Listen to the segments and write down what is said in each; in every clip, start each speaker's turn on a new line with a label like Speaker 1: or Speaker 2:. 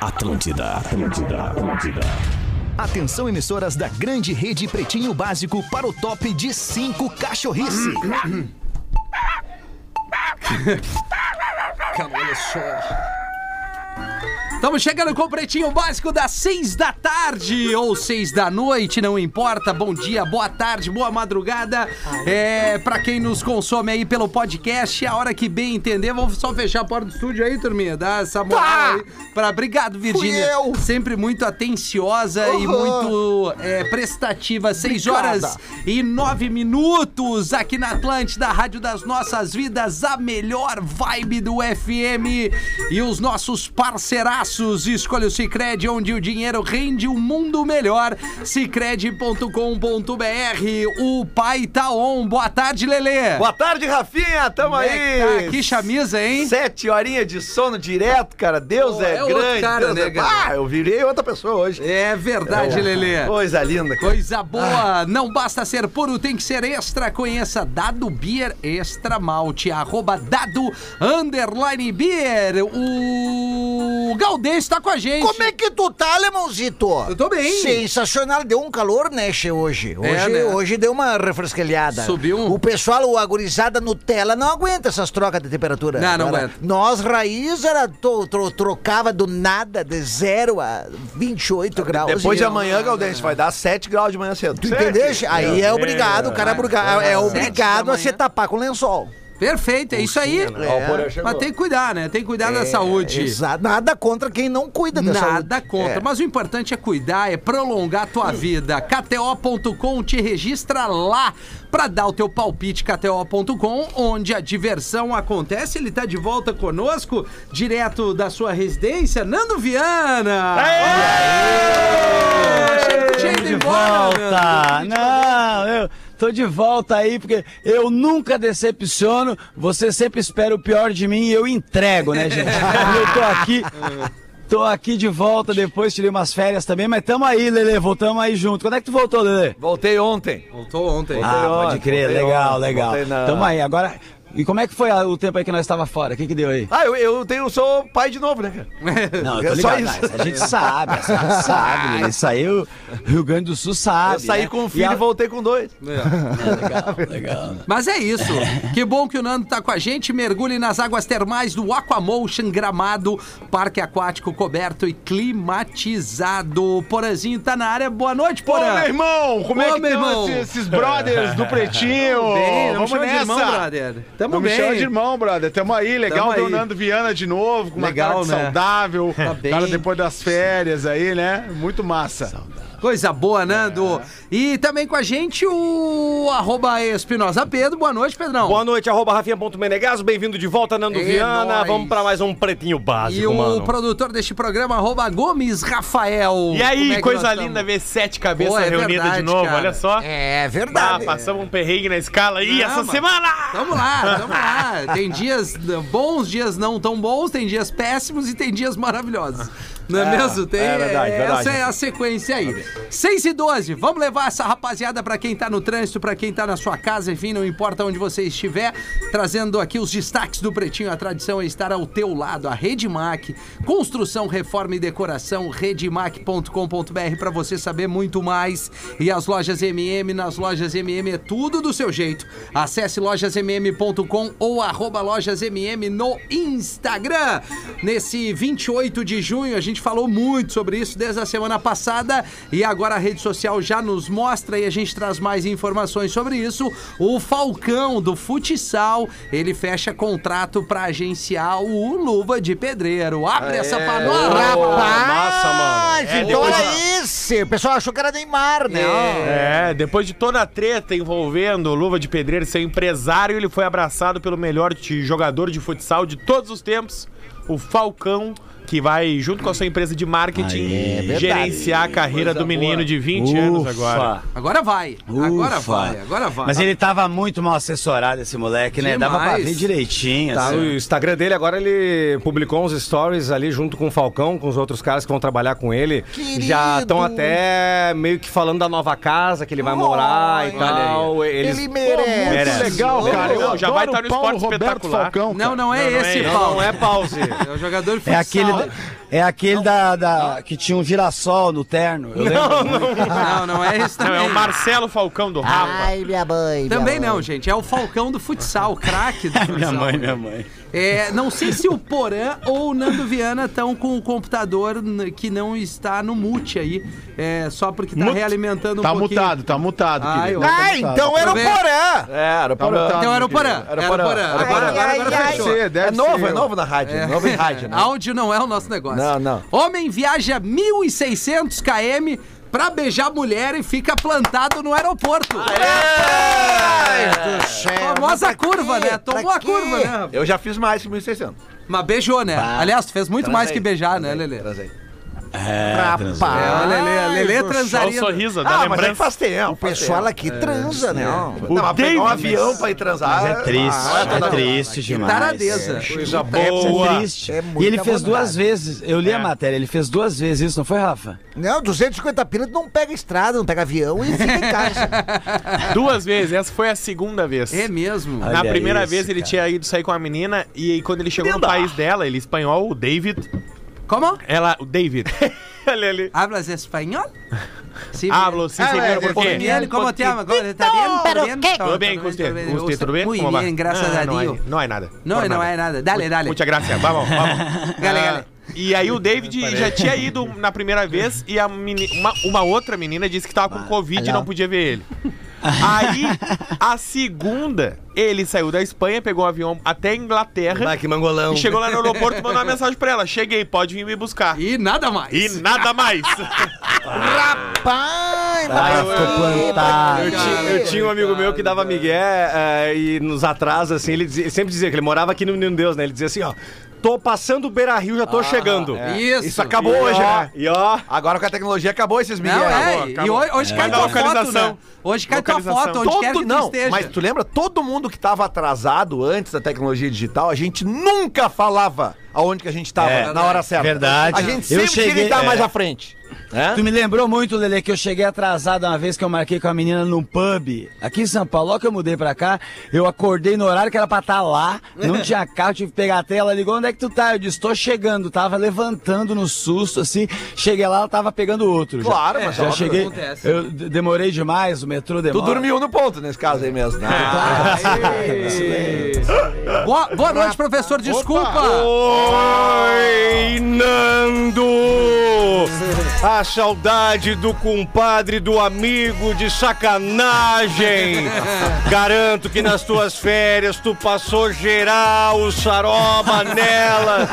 Speaker 1: Atlântida, Atlântida, Atlântida.
Speaker 2: Atenção, emissoras da grande rede Pretinho Básico para o top de 5 cachorrice.
Speaker 3: Cara, olha só. Estamos chegando com o Pretinho Básico das seis da tarde ou seis da noite, não importa. Bom dia, boa tarde, boa madrugada. É, para quem nos consome aí pelo podcast, é a hora que bem entender, vamos só fechar a porta do estúdio aí, turminha. Dá essa moral
Speaker 4: Tá.
Speaker 3: aí. Pra... Obrigado, Virgínia.
Speaker 4: eu.
Speaker 3: Sempre muito atenciosa e
Speaker 4: Uhum.
Speaker 3: muito é, prestativa. Seis
Speaker 4: Obrigada.
Speaker 3: horas e nove minutos aqui na Atlântida, a Rádio das Nossas Vidas, a melhor vibe do FM. E os nossos parceiraços, escolha o Cicred, onde o dinheiro rende um mundo melhor. Cicred.com.br, o pai tá on. Boa tarde, Lelê.
Speaker 4: Boa tarde, Rafinha. Tamo
Speaker 3: Como é que tá?
Speaker 4: aí.
Speaker 3: Que chamisa, hein?
Speaker 4: Sete horinhas de sono direto, cara. Deus
Speaker 3: Pô,
Speaker 4: é,
Speaker 3: é outro
Speaker 4: grande.
Speaker 3: cara,
Speaker 4: Deus
Speaker 3: né,
Speaker 4: é-
Speaker 3: cara?
Speaker 4: Ah, eu virei outra pessoa hoje.
Speaker 3: É verdade, Lelê.
Speaker 4: Coisa linda, cara.
Speaker 3: Coisa boa, não basta ser puro, tem que ser extra. Conheça Dado Beer Extra Malte, arroba Dado Underline Beer. O Galdês tá com a gente.
Speaker 5: Como é que tu tá, Lemãozito?
Speaker 3: Eu tô bem.
Speaker 5: Sensacional, deu um calor, né, che, hoje. Hoje,
Speaker 3: né?
Speaker 5: hoje deu uma refresquelhada.
Speaker 3: Subiu. um?
Speaker 5: O pessoal, o agorizada Nutella, não aguenta essas trocas de temperatura.
Speaker 3: Não, não
Speaker 5: Era-
Speaker 3: aguenta.
Speaker 5: Nós, raiz, era to- tro- trocava do nada, de 0 a
Speaker 3: Ah,
Speaker 5: 28 graus.
Speaker 4: Depois de
Speaker 5: E-
Speaker 4: amanhã, Galdense, vai dar 7 graus de manhã cedo.
Speaker 5: Tu entendeste? Aí é obrigado, o cara é, obriga- é
Speaker 3: Sete da
Speaker 5: obrigado a
Speaker 3: manhã.
Speaker 5: se tapar com lençol.
Speaker 3: Perfeito, é isso aí.
Speaker 5: né?
Speaker 4: Alvorã
Speaker 3: Mas
Speaker 4: chegou.
Speaker 3: tem que cuidar, né? Tem que cuidar
Speaker 5: É,
Speaker 3: da saúde.
Speaker 5: Exato. Nada contra quem não cuida da saúde.
Speaker 3: Nada contra,
Speaker 5: É.
Speaker 3: mas o importante é cuidar, é prolongar a tua vida. KTO.com te registra lá pra dar o teu palpite KTO.com, onde a diversão acontece. Ele tá de volta conosco, direto da sua residência, Nando Viana. Achei que tinha ido
Speaker 6: de
Speaker 3: embora,
Speaker 6: volta! Não, eu tô de volta aí porque eu nunca decepciono, você sempre espera o pior de mim e eu entrego, né, gente? eu tô aqui. Tô aqui de volta depois, tirei umas férias também, mas tamo aí, Lele, voltamos aí junto. Quando é que tu voltou, Lele?
Speaker 4: Voltei ontem.
Speaker 3: Voltou ontem.
Speaker 6: Ah, pode
Speaker 4: ontem,
Speaker 6: crer,
Speaker 4: voltei
Speaker 6: legal,
Speaker 4: ontem,
Speaker 6: legal.
Speaker 4: voltei na-
Speaker 6: Tamo aí, agora. E como é que foi a- o tempo aí que nós tava fora? O que que deu aí?
Speaker 4: Ah, eu, eu tenho, sou pai de novo, né, cara?
Speaker 6: Não, eu tô
Speaker 4: É só
Speaker 6: ligado,
Speaker 4: isso.
Speaker 6: mas a gente sabe, a gente sabe, né? isso aí o Rio Grande do Sul sabe.
Speaker 3: Ah,
Speaker 4: Eu saí
Speaker 3: é?
Speaker 6: né?
Speaker 4: com um filho e
Speaker 6: a-
Speaker 4: voltei com dois.
Speaker 6: Legal, legal.
Speaker 3: Mas é isso. Que bom que o Nando tá com a gente. Mergulhe nas águas termais do Aquamotion Gramado, parque aquático coberto e climatizado. Porazinho tá na área. Boa noite,
Speaker 7: Pô,
Speaker 3: Porã.
Speaker 7: meu irmão, como
Speaker 3: Pô,
Speaker 7: é que
Speaker 3: meu irmão.
Speaker 7: estão esses, esses brothers do Pretinho?
Speaker 3: Bem, não me
Speaker 7: Vamos
Speaker 3: chama de
Speaker 7: nessa.
Speaker 3: irmão, brother. Tamo
Speaker 7: não
Speaker 3: bem.
Speaker 7: me chama de irmão, brother. Tamo aí, legal
Speaker 3: Tamo
Speaker 7: ver o
Speaker 3: aí.
Speaker 7: Nando Viana de novo, com uma
Speaker 3: Legal,
Speaker 7: cara de
Speaker 3: né?
Speaker 7: saudável.
Speaker 3: Tá
Speaker 7: Cara,
Speaker 3: bem.
Speaker 7: depois das férias aí, né? Muito massa.
Speaker 3: Coisa boa,
Speaker 8: É.
Speaker 3: Nando. E também com a gente o arroba Espinosa Pedro. Boa noite, Pedrão.
Speaker 8: Boa noite, arroba Rafinha.menegaso, bem-vindo de volta, Nando
Speaker 3: É
Speaker 8: Viana.
Speaker 3: nóis.
Speaker 8: Vamos pra mais um Pretinho Básico,
Speaker 3: E o
Speaker 8: mano.
Speaker 3: produtor deste programa, arroba Gomes Rafael.
Speaker 8: E aí,
Speaker 3: Como é que
Speaker 8: coisa
Speaker 3: nós tamo?
Speaker 8: linda ver sete cabeças
Speaker 3: Pô, é
Speaker 8: reunidas
Speaker 3: verdade,
Speaker 8: de novo,
Speaker 3: cara.
Speaker 8: olha só.
Speaker 5: É
Speaker 8: Ah,
Speaker 5: verdade.
Speaker 8: passamos um perrengue na escala aí
Speaker 3: Não,
Speaker 8: essa
Speaker 3: mano.
Speaker 8: semana!
Speaker 3: Tamo lá, tamo lá. Tem dias bons, dias não tão bons, tem dias péssimos e tem dias maravilhosos. Não é, mesmo? Tem,
Speaker 8: é verdade,
Speaker 3: é,
Speaker 8: verdade.
Speaker 3: Essa é a sequência aí. 6 e 12, vamos levar essa rapaziada pra quem tá no trânsito, pra quem tá na sua casa, enfim, não importa onde você estiver, trazendo aqui os destaques do Pretinho. A tradição é estar ao teu lado. A Rede Mac, construção, reforma e decoração, redemac.com.br pra você saber muito mais. E as lojas MM, nas lojas MM é tudo do seu jeito. Acesse lojasmm.com ou arroba lojasmm no Instagram. Nesse 28 de junho, a gente falou muito sobre isso desde a semana passada e agora a rede social já nos mostra e a gente traz mais informações sobre isso. O Falcão do Futsal, ele fecha contrato para agenciar o Luva de Pedreiro. Abre essa
Speaker 6: É.
Speaker 3: panorama!
Speaker 5: Rapaz,
Speaker 8: massa, mano. É,
Speaker 5: então
Speaker 8: depois-
Speaker 5: era esse. O pessoal achou que era Neymar, né? Ó.
Speaker 8: É, depois de toda a treta envolvendo o Luva de Pedreiro ser empresário, ele foi abraçado pelo melhor de- jogador de futsal de todos os tempos, o Falcão, que vai, junto com a sua empresa de marketing
Speaker 6: Aí, é
Speaker 8: e
Speaker 5: verdade.
Speaker 8: gerenciar a carreira do menino de 20 anos agora.
Speaker 3: Agora vai. Agora
Speaker 6: Ufa.
Speaker 3: vai, agora vai.
Speaker 6: Mas ele tava muito mal assessorado, esse moleque, né? Dava pra
Speaker 3: Demais.
Speaker 6: ver direitinho.
Speaker 9: Tá,
Speaker 6: assim.
Speaker 9: o Instagram dele agora ele publicou uns stories ali junto com o Falcão, com os outros caras que vão trabalhar com ele. Já estão até meio que falando da nova casa que ele vai morar e tal. Eles...
Speaker 5: Ele merece.
Speaker 7: Muito
Speaker 9: Merece.
Speaker 7: legal, cara. Eu
Speaker 8: Já vai
Speaker 7: adoro
Speaker 8: estar no
Speaker 7: o Paulo
Speaker 8: Esporte
Speaker 7: Roberto
Speaker 8: Espetacular.
Speaker 7: Falcão, cara.
Speaker 3: Não, não é esse,
Speaker 8: é,
Speaker 3: Paulo.
Speaker 9: Não é pause.
Speaker 3: É o jogador de
Speaker 6: É
Speaker 3: futsal.
Speaker 6: aquele, da- é aquele da, da- que tinha um girassol no terno. Eu lembro.
Speaker 3: Não, não é esse
Speaker 8: Não,
Speaker 3: também.
Speaker 8: é o Marcelo Falcão do Rafa.
Speaker 5: Ai, minha mãe. minha
Speaker 3: Também
Speaker 5: mãe.
Speaker 3: não, gente. É o Falcão do futsal, craque do futsal.
Speaker 6: minha mãe, minha mãe.
Speaker 3: É, não sei se o Porã ou o Nando Viana estão com o computador n- que não está no mute aí. É, só porque tá
Speaker 7: Mute.
Speaker 3: realimentando um
Speaker 7: Tá
Speaker 3: pouquinho.
Speaker 7: mutado, tá mutado,
Speaker 3: Ai,
Speaker 7: querido.
Speaker 3: eu-
Speaker 5: Ah, então era o
Speaker 3: Aproveita.
Speaker 5: Porã.
Speaker 4: É, era
Speaker 7: Tá mutado.
Speaker 3: Então era o Porã. Era
Speaker 4: Era
Speaker 3: o
Speaker 4: Porã.
Speaker 3: Porã.
Speaker 4: Era
Speaker 3: Agora, agora,
Speaker 5: Porã.
Speaker 3: agora
Speaker 5: Ai,
Speaker 7: Deve
Speaker 3: fechou.
Speaker 7: ser, deve
Speaker 4: É novo,
Speaker 7: ser.
Speaker 4: é novo na rádio. É novo em rádio, né?
Speaker 3: Áudio não é o nosso negócio.
Speaker 4: Não, não.
Speaker 3: Homem viaja 1.600 km pra beijar mulher e fica plantado no aeroporto. É.
Speaker 5: Ai, do céu.
Speaker 3: Famosa
Speaker 5: Pra quê?
Speaker 3: curva, né?
Speaker 5: Pra
Speaker 3: Tomou a
Speaker 5: quê?
Speaker 3: curva, né?
Speaker 4: Eu já fiz mais que 1.600.
Speaker 3: Mas beijou, né? Aliás, tu fez muito mais
Speaker 4: Transei,
Speaker 3: que beijar, né,
Speaker 4: transei,
Speaker 3: Lelê?
Speaker 4: transei.
Speaker 3: É,
Speaker 5: Rapaz.
Speaker 3: a Lelê, a Lelê
Speaker 8: Olha o
Speaker 3: transaria.
Speaker 8: sorriso, dá
Speaker 4: Ah, mas é que
Speaker 8: lembrança.
Speaker 4: faz tempo.
Speaker 5: O pessoal aqui
Speaker 3: é,
Speaker 5: transa, né?
Speaker 4: O não, mas pegar um avião pra ir transar.
Speaker 6: Mas é triste,
Speaker 4: Ah, tá, tá,
Speaker 6: é
Speaker 4: tá.
Speaker 6: triste demais.
Speaker 3: Taradeza.
Speaker 4: Coisa
Speaker 6: Isso
Speaker 4: boa.
Speaker 6: é triste.
Speaker 5: É
Speaker 6: e
Speaker 5: muita
Speaker 6: ele fez
Speaker 5: vontade.
Speaker 6: duas vezes. Eu li a matéria, ele fez duas vezes isso, não foi, Rafa?
Speaker 5: Não, 250 pila tu não pega estrada, não pega avião e fica em casa.
Speaker 8: Duas vezes, essa foi a segunda vez.
Speaker 3: É mesmo.
Speaker 6: Ai,
Speaker 8: Na
Speaker 6: Olha
Speaker 8: primeira
Speaker 6: isso,
Speaker 8: vez ele
Speaker 6: cara.
Speaker 8: tinha ido sair com a menina e aí, quando ele chegou no país dela, ele espanhol, o David,
Speaker 3: Como?
Speaker 8: ela, o David. Olha ali.
Speaker 3: Hablas espanhol? Sí,
Speaker 8: Hablo, sí,
Speaker 3: Ah,
Speaker 8: señor,
Speaker 3: eh,
Speaker 8: ¿por
Speaker 3: ¿por
Speaker 8: qué?
Speaker 3: bien, ¿Cómo te llama? ¿Cómo- ¿Está bien?
Speaker 5: Então, ¿Pero
Speaker 3: ¿Bien?
Speaker 5: qué?
Speaker 8: Tudo bem com você? Com você, tudo bem?
Speaker 3: Muy
Speaker 8: Como vai?
Speaker 3: bien, graças
Speaker 8: Ah,
Speaker 3: a
Speaker 8: não
Speaker 3: Deus.
Speaker 8: é- Não é nada.
Speaker 3: Não,
Speaker 8: Por
Speaker 3: não é nada. Dale, dale.
Speaker 8: Muita graça. Vamos, vamos.
Speaker 3: Gale,
Speaker 8: Ah,
Speaker 3: gale.
Speaker 8: E aí o David já tinha ido na primeira vez e a meni- uma, uma outra menina disse que tava com Covid e não podia ver ele. Aí, a segunda, ele saiu da Espanha, pegou um avião até a Inglaterra
Speaker 4: Vai, que
Speaker 9: é um
Speaker 4: mangolão.
Speaker 8: e chegou lá no aeroporto e mandou uma mensagem pra ela. Cheguei, pode vir me buscar.
Speaker 3: E nada mais.
Speaker 8: E nada mais.
Speaker 5: Pai,
Speaker 6: Ah,
Speaker 5: mas
Speaker 6: ficou plantado.
Speaker 9: Eu, ti- eu tinha um amigo meu que dava migué eh, e nos atrasa, assim, ele dizia- sempre dizia que ele morava aqui no Menino Deus, né? Ele dizia assim, ó, tô passando o Beira-Rio, já tô chegando.
Speaker 3: Isso.
Speaker 4: Isso acabou
Speaker 9: E
Speaker 4: hoje,
Speaker 9: ó,
Speaker 4: né?
Speaker 9: E ó,
Speaker 4: Agora com a tecnologia acabou esses
Speaker 3: Não, é.
Speaker 4: Miguel. Acabou,
Speaker 3: E
Speaker 4: acabou.
Speaker 3: hoje, hoje cai
Speaker 8: Mas
Speaker 3: tua
Speaker 8: a
Speaker 3: foto,
Speaker 8: localização.
Speaker 3: né? Hoje cai tua
Speaker 8: Localização.
Speaker 3: foto, onde quer que
Speaker 4: Todo,
Speaker 3: tu
Speaker 4: não,
Speaker 3: esteja.
Speaker 4: mas tu lembra? Todo mundo que tava atrasado antes da tecnologia digital, a gente nunca falava aonde que a gente tava
Speaker 6: É,
Speaker 4: na hora certa.
Speaker 6: verdade.
Speaker 4: A gente
Speaker 6: Eu
Speaker 4: sempre queria
Speaker 6: cheguei-
Speaker 4: estar
Speaker 6: é.
Speaker 4: mais à frente. né?
Speaker 6: Tu me lembrou muito, Lele, que eu cheguei atrasado uma vez que eu marquei com a menina num pub. Aqui em São Paulo, logo que eu mudei pra cá, eu acordei no horário que era pra estar lá, não tinha carro, tive que pegar a tela, ligou, onde é que tu tá? Eu disse, tô chegando, tava levantando no susto, assim, cheguei lá, ela tava pegando outro. já.
Speaker 4: Claro, mas
Speaker 6: já
Speaker 4: óbvio,
Speaker 6: cheguei,
Speaker 3: acontece.
Speaker 6: eu d- demorei demais, o metrô
Speaker 4: Tu
Speaker 6: demora.
Speaker 4: dormiu no ponto nesse caso aí mesmo. né?
Speaker 3: Ah,
Speaker 6: Ah.
Speaker 3: Boa, boa noite, professor. Desculpa.
Speaker 9: Oi, Nando! A saudade do compadre, do amigo, de sacanagem! Garanto que nas tuas férias tu passou geral, o saroba nelas,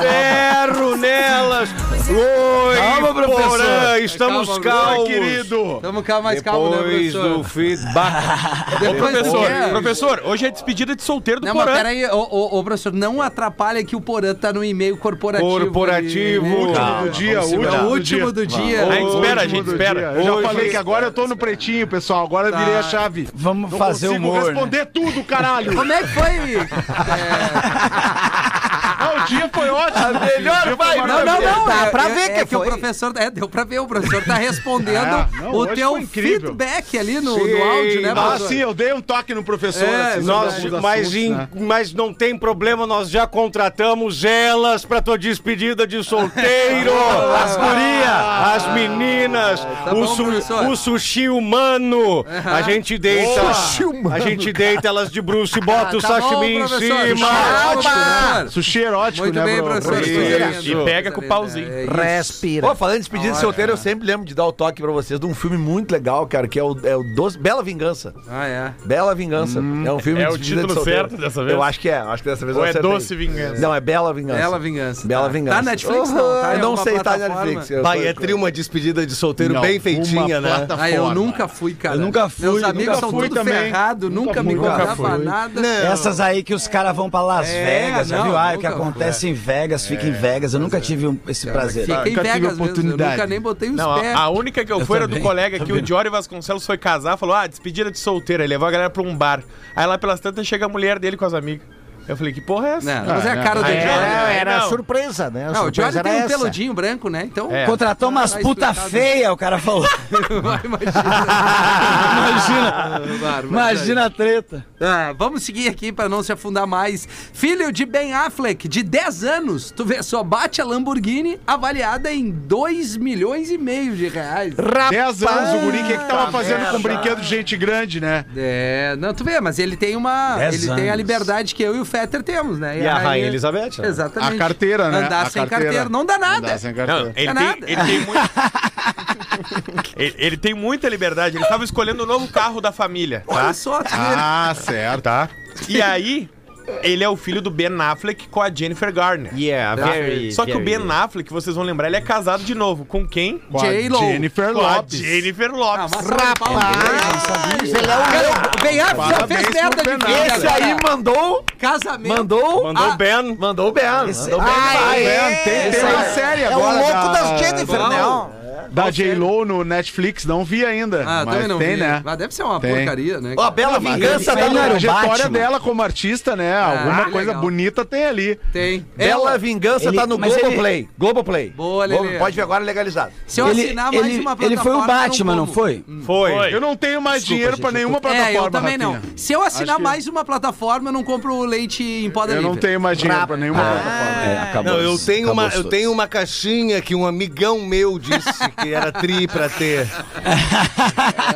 Speaker 9: ferro nelas! Oi,
Speaker 6: Calma, professor.
Speaker 9: Porã, estamos
Speaker 3: Calma,
Speaker 9: calmos!
Speaker 7: Querido.
Speaker 3: Tamo calmo, mais calmo, né,
Speaker 9: Depois do
Speaker 3: professor?
Speaker 9: feedback...
Speaker 3: Depois do
Speaker 8: professor,
Speaker 3: quê?
Speaker 8: professor, hoje é despedida de solteiro do
Speaker 3: Não, mas
Speaker 8: Porã.
Speaker 3: peraí, ô, ô, ô, professor, não atrapalha que o Porã tá no e-mail corporativo. ali,
Speaker 9: Corporativo.
Speaker 3: né?
Speaker 7: Último
Speaker 9: Calma,
Speaker 7: do dia,
Speaker 9: vamos
Speaker 3: É o
Speaker 7: último do
Speaker 3: último
Speaker 7: dia.
Speaker 3: do dia.
Speaker 8: A gente espera, a
Speaker 7: Último
Speaker 8: gente
Speaker 7: do
Speaker 8: espera.
Speaker 7: dia. Eu já
Speaker 9: Hoje-
Speaker 7: falei que agora eu tô no pretinho, pessoal. Agora eu virei a chave.
Speaker 6: Vamos fazer
Speaker 7: consigo
Speaker 6: humor, né?
Speaker 7: responder tudo, caralho.
Speaker 3: Como é que foi?
Speaker 7: Ah, o dia foi ótimo.
Speaker 4: melhor
Speaker 7: O dia foi
Speaker 4: vibe,
Speaker 3: Não, não, não.
Speaker 5: Dá
Speaker 3: é-
Speaker 5: pra
Speaker 3: é-
Speaker 5: ver
Speaker 3: é
Speaker 5: que
Speaker 3: o
Speaker 5: foi.
Speaker 3: professor. É, deu pra ver. O professor tá respondendo
Speaker 7: Ah, não,
Speaker 3: o
Speaker 7: hoje
Speaker 3: teu
Speaker 7: foi incrível.
Speaker 3: feedback ali no, no áudio,
Speaker 9: tá
Speaker 3: né,
Speaker 7: Ah,
Speaker 3: professor?
Speaker 9: assim,
Speaker 7: sim, eu dei um toque no professor.
Speaker 3: É,
Speaker 7: assim,
Speaker 9: Nós-
Speaker 7: sobre os
Speaker 9: mas,
Speaker 7: assuntos,
Speaker 9: em-
Speaker 7: né?
Speaker 9: mas não tem problema, nós já contratamos elas pra tua despedida de solteiro. as gurias, as meninas,
Speaker 3: Ah, tá bom,
Speaker 9: o, su-
Speaker 3: professor.
Speaker 9: o sushi humano. A gente deita.
Speaker 5: Sushi humano,
Speaker 9: a gente deita elas de bruxo e bota o
Speaker 3: tá bom,
Speaker 9: sashimi em
Speaker 3: professor.
Speaker 9: cima.
Speaker 3: Ótimo, professor.
Speaker 7: Sushi erótico,
Speaker 3: Muito
Speaker 7: né,
Speaker 3: bem,
Speaker 7: bro?
Speaker 3: professor.
Speaker 9: Isso.
Speaker 3: Sugerendo.
Speaker 8: E pega com o pauzinho.
Speaker 3: É isso.
Speaker 5: Respira.
Speaker 4: Pô, falando de despedida de solteiro, eu sempre lembro de dar o toque pra vocês de um filme muito legal, cara, que é o, é o Doze- Bela Vingança.
Speaker 3: Ah, é.
Speaker 4: Bela Vingança. é um filme
Speaker 8: é o
Speaker 4: despedida
Speaker 8: título
Speaker 4: solteiro.
Speaker 8: certo dessa vez?
Speaker 4: Eu acho que é. Acho que dessa vez
Speaker 8: Ou
Speaker 4: eu
Speaker 8: é
Speaker 4: acertei.
Speaker 8: Doce Vingança?
Speaker 4: Não, é Bela Vingança.
Speaker 3: Bela Vingança.
Speaker 4: Bela
Speaker 3: Tá.
Speaker 4: Vingança. Uhum.
Speaker 3: Tá na Netflix, não? Tá em
Speaker 4: eu não
Speaker 3: alguma
Speaker 4: sei, tá na
Speaker 3: plataforma?
Speaker 4: Netflix. Eu
Speaker 9: Vai,
Speaker 4: tô-
Speaker 9: é tri uma despedida de solteiro bem feitinha, né?
Speaker 3: Ah, eu nunca fui, cara.
Speaker 6: Eu nunca fui,
Speaker 3: Meus
Speaker 6: nunca
Speaker 3: amigos são
Speaker 7: fui
Speaker 3: tudo
Speaker 7: também.
Speaker 3: ferrados, nunca, me
Speaker 7: fui, nunca
Speaker 3: convidava
Speaker 7: fui.
Speaker 4: Né,
Speaker 3: nada.
Speaker 6: Essas aí que os caras vão pra Las
Speaker 3: É,
Speaker 6: Vegas, já
Speaker 3: não,
Speaker 6: viu? Ah, o
Speaker 3: nunca-
Speaker 6: que acontece em Vegas, fica em Vegas. Eu nunca tive um- esse prazer.
Speaker 3: Fiquei em
Speaker 7: nunca tive
Speaker 3: Vegas mesmo, eu
Speaker 7: oportunidade.
Speaker 3: nunca nem botei os
Speaker 8: Não, a,
Speaker 3: pés.
Speaker 8: a única que eu, fui era do
Speaker 6: também,
Speaker 8: colega aqui, o Diori Vasconcelos foi casar, falou: ah, despedida de solteira. Ele levou a galera pra um bar. Aí lá pelas tantas chega a mulher dele com as amigas. Eu falei: que porra é essa?
Speaker 3: Não, mas é a cara do Johnny.
Speaker 5: Era,
Speaker 3: né?
Speaker 8: é,
Speaker 5: era
Speaker 8: não.
Speaker 5: surpresa, né?
Speaker 3: Não,
Speaker 5: A
Speaker 3: o
Speaker 5: surpresa
Speaker 3: Johnny
Speaker 5: era
Speaker 3: tem um
Speaker 5: essa.
Speaker 3: peludinho branco, né? Então,
Speaker 8: É.
Speaker 6: Contratou umas
Speaker 3: Vai
Speaker 6: puta
Speaker 3: explicado.
Speaker 6: feia, o cara falou.
Speaker 3: imagina.
Speaker 6: Imagina. Imagina a treta.
Speaker 3: Ah, vamos seguir aqui pra não se afundar mais. Filho de Ben Affleck, de 10 anos, tu vê, só bate a Lamborghini avaliada em 2 milhões e meio de reais.
Speaker 7: 10 anos o guri, o que,
Speaker 8: é
Speaker 7: que
Speaker 3: Ah,
Speaker 7: tava fazendo
Speaker 8: um
Speaker 7: com brinquedo de gente grande, né?
Speaker 3: É, não, tu vê, mas ele tem uma.
Speaker 6: 10
Speaker 3: ele tem a
Speaker 6: anos.
Speaker 3: liberdade que eu e o Fetter temos, né?
Speaker 10: E a Rainha Elizabeth. né?
Speaker 3: Exatamente.
Speaker 7: A carteira, né?
Speaker 3: Andar
Speaker 7: A
Speaker 3: sem carteira.
Speaker 7: carteira.
Speaker 3: Não dá nada.
Speaker 7: Dá sem
Speaker 8: Não,
Speaker 7: carteira.
Speaker 8: ele,
Speaker 3: É
Speaker 8: tem,
Speaker 3: nada.
Speaker 8: ele tem muito. ele, ele tem muita liberdade. Ele tava escolhendo o novo carro da família. tá?
Speaker 3: Olha só, tu vê.
Speaker 7: Ah, certo. Tá.
Speaker 8: E aí, ele é o filho do Ben Affleck com a Jennifer Garner.
Speaker 10: Yeah,
Speaker 8: tá?
Speaker 10: very,
Speaker 8: Só que o
Speaker 10: very.
Speaker 8: Ben Affleck, vocês vão lembrar, ele é casado de novo. Com quem?
Speaker 7: Com a
Speaker 3: J-Lo.
Speaker 7: Jennifer
Speaker 8: Com a
Speaker 7: Lopes.
Speaker 8: Jennifer
Speaker 3: Ah,
Speaker 8: Lopes.
Speaker 3: uma salva de palmas.
Speaker 5: Ele é o
Speaker 3: Cara, o Ben Affleck já
Speaker 7: Parabéns
Speaker 3: fez merda
Speaker 7: pro
Speaker 3: de
Speaker 7: Ben
Speaker 3: vida.
Speaker 4: Esse aí mandou,
Speaker 3: Casamento.
Speaker 4: mandou,
Speaker 10: Mandou
Speaker 3: Ah.
Speaker 10: o Ben.
Speaker 4: mandou o Ben. mandou o Ben.
Speaker 5: Ah,
Speaker 4: Vai,
Speaker 5: é.
Speaker 4: Ben, Tem, tem
Speaker 5: Esse
Speaker 4: uma
Speaker 5: aí
Speaker 4: série
Speaker 11: um
Speaker 5: é o
Speaker 4: agora.
Speaker 5: louco
Speaker 4: da-
Speaker 5: das Jennifer,
Speaker 3: Não.
Speaker 5: não.
Speaker 7: Da J-Lo no Netflix, não vi ainda.
Speaker 3: Ah,
Speaker 7: mas
Speaker 3: também não
Speaker 7: tem,
Speaker 3: vi.
Speaker 7: né?
Speaker 3: Mas deve ser uma
Speaker 7: Tem.
Speaker 3: porcaria, né?
Speaker 4: Ó, a bela
Speaker 6: mas
Speaker 4: vingança
Speaker 6: ele-
Speaker 4: tá da
Speaker 6: ele
Speaker 7: A
Speaker 6: era
Speaker 4: mulher.
Speaker 6: o
Speaker 7: trajetória
Speaker 6: Batman.
Speaker 7: dela como artista, né? Alguma
Speaker 3: que
Speaker 7: coisa
Speaker 3: Ah, legal.
Speaker 7: bonita tem ali.
Speaker 3: Tem.
Speaker 4: Bela
Speaker 3: Ela-
Speaker 4: Vingança
Speaker 6: Ele-
Speaker 4: tá no
Speaker 6: mas
Speaker 4: Globoplay. Globoplay.
Speaker 3: Boa, Lelê.
Speaker 4: Globo- Pode ver agora legalizado.
Speaker 3: Se eu
Speaker 6: ele,
Speaker 3: assinar mais
Speaker 6: ele-
Speaker 3: uma plataforma... um
Speaker 6: ele foi o Batman, não
Speaker 3: como.
Speaker 6: foi?
Speaker 8: Foi.
Speaker 7: Eu não tenho mais dinheiro pra nenhuma plataforma.
Speaker 3: É, eu também
Speaker 7: Rafinha.
Speaker 3: não. Se eu assinar
Speaker 7: Acho que-
Speaker 3: mais uma plataforma, eu não compro o leite em poda
Speaker 7: Eu
Speaker 3: livre.
Speaker 7: não tenho mais dinheiro pra nenhuma
Speaker 3: Ah,
Speaker 7: plataforma.
Speaker 6: É, acabou.
Speaker 11: Não, eu
Speaker 6: isso,
Speaker 11: tenho,
Speaker 6: acabou
Speaker 11: uma,
Speaker 6: isso
Speaker 11: eu
Speaker 6: tudo.
Speaker 11: tenho uma caixinha que um amigão meu disse que era tri pra ter.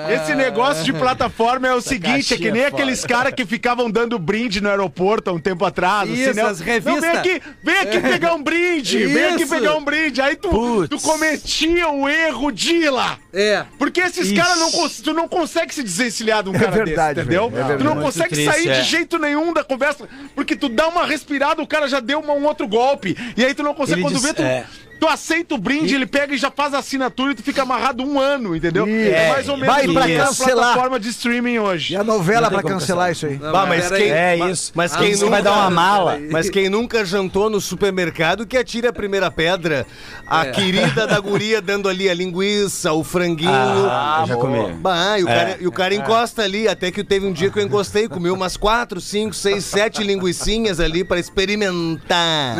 Speaker 3: é.
Speaker 7: Esse negócio de plataforma é o seguinte, é que nem aqueles caras que ficavam dando brinde no aeroporto há um tempo atrás.
Speaker 3: Isso,
Speaker 7: né?
Speaker 3: as revistas. É.
Speaker 7: Não, vem aqui, vem aqui pegar um brinde, vem aqui
Speaker 3: Isso.
Speaker 7: pegar um brinde. Aí tu,
Speaker 6: Putz.
Speaker 7: tu cometia o erro de ir lá.
Speaker 3: É.
Speaker 7: Porque esses caras não cons- tu não consegue se desencilhar de um cara
Speaker 4: verdade,
Speaker 7: desse, entendeu?
Speaker 4: velho, é
Speaker 7: tu
Speaker 4: verdade.
Speaker 7: não consegue sair
Speaker 6: é.
Speaker 7: de jeito nenhum da conversa, porque tu dá uma respirada, o cara já deu uma- um outro golpe. E aí tu não consegue
Speaker 6: Ele
Speaker 7: quando
Speaker 6: diz-
Speaker 7: vê tu
Speaker 6: é.
Speaker 7: Tu aceita o brinde, ele pega e já faz a assinatura e tu fica amarrado um ano, entendeu? É mais ou menos
Speaker 4: Vai
Speaker 7: o
Speaker 4: pra
Speaker 7: que é
Speaker 4: cancelar.
Speaker 7: plataforma de streaming
Speaker 5: E
Speaker 7: hoje.
Speaker 5: a novela pra cancelar isso aí.
Speaker 3: Não,
Speaker 11: Bah, mas
Speaker 3: peraí.
Speaker 11: quem-
Speaker 6: É
Speaker 11: ma-
Speaker 6: isso.
Speaker 11: mas
Speaker 6: Ah,
Speaker 11: quem
Speaker 6: você vai
Speaker 11: nunca-
Speaker 6: dar uma mala.
Speaker 11: Mas quem nunca jantou no supermercado que atira a primeira pedra. A querida da guria dando ali a linguiça, o franguinho.
Speaker 6: Ah, eu já
Speaker 11: Boa.
Speaker 6: comi.
Speaker 11: Bah, e o, cara, e o cara encosta ali, até que teve um dia que eu encostei, comi umas quatro, cinco, seis, sete linguicinhas ali pra experimentar.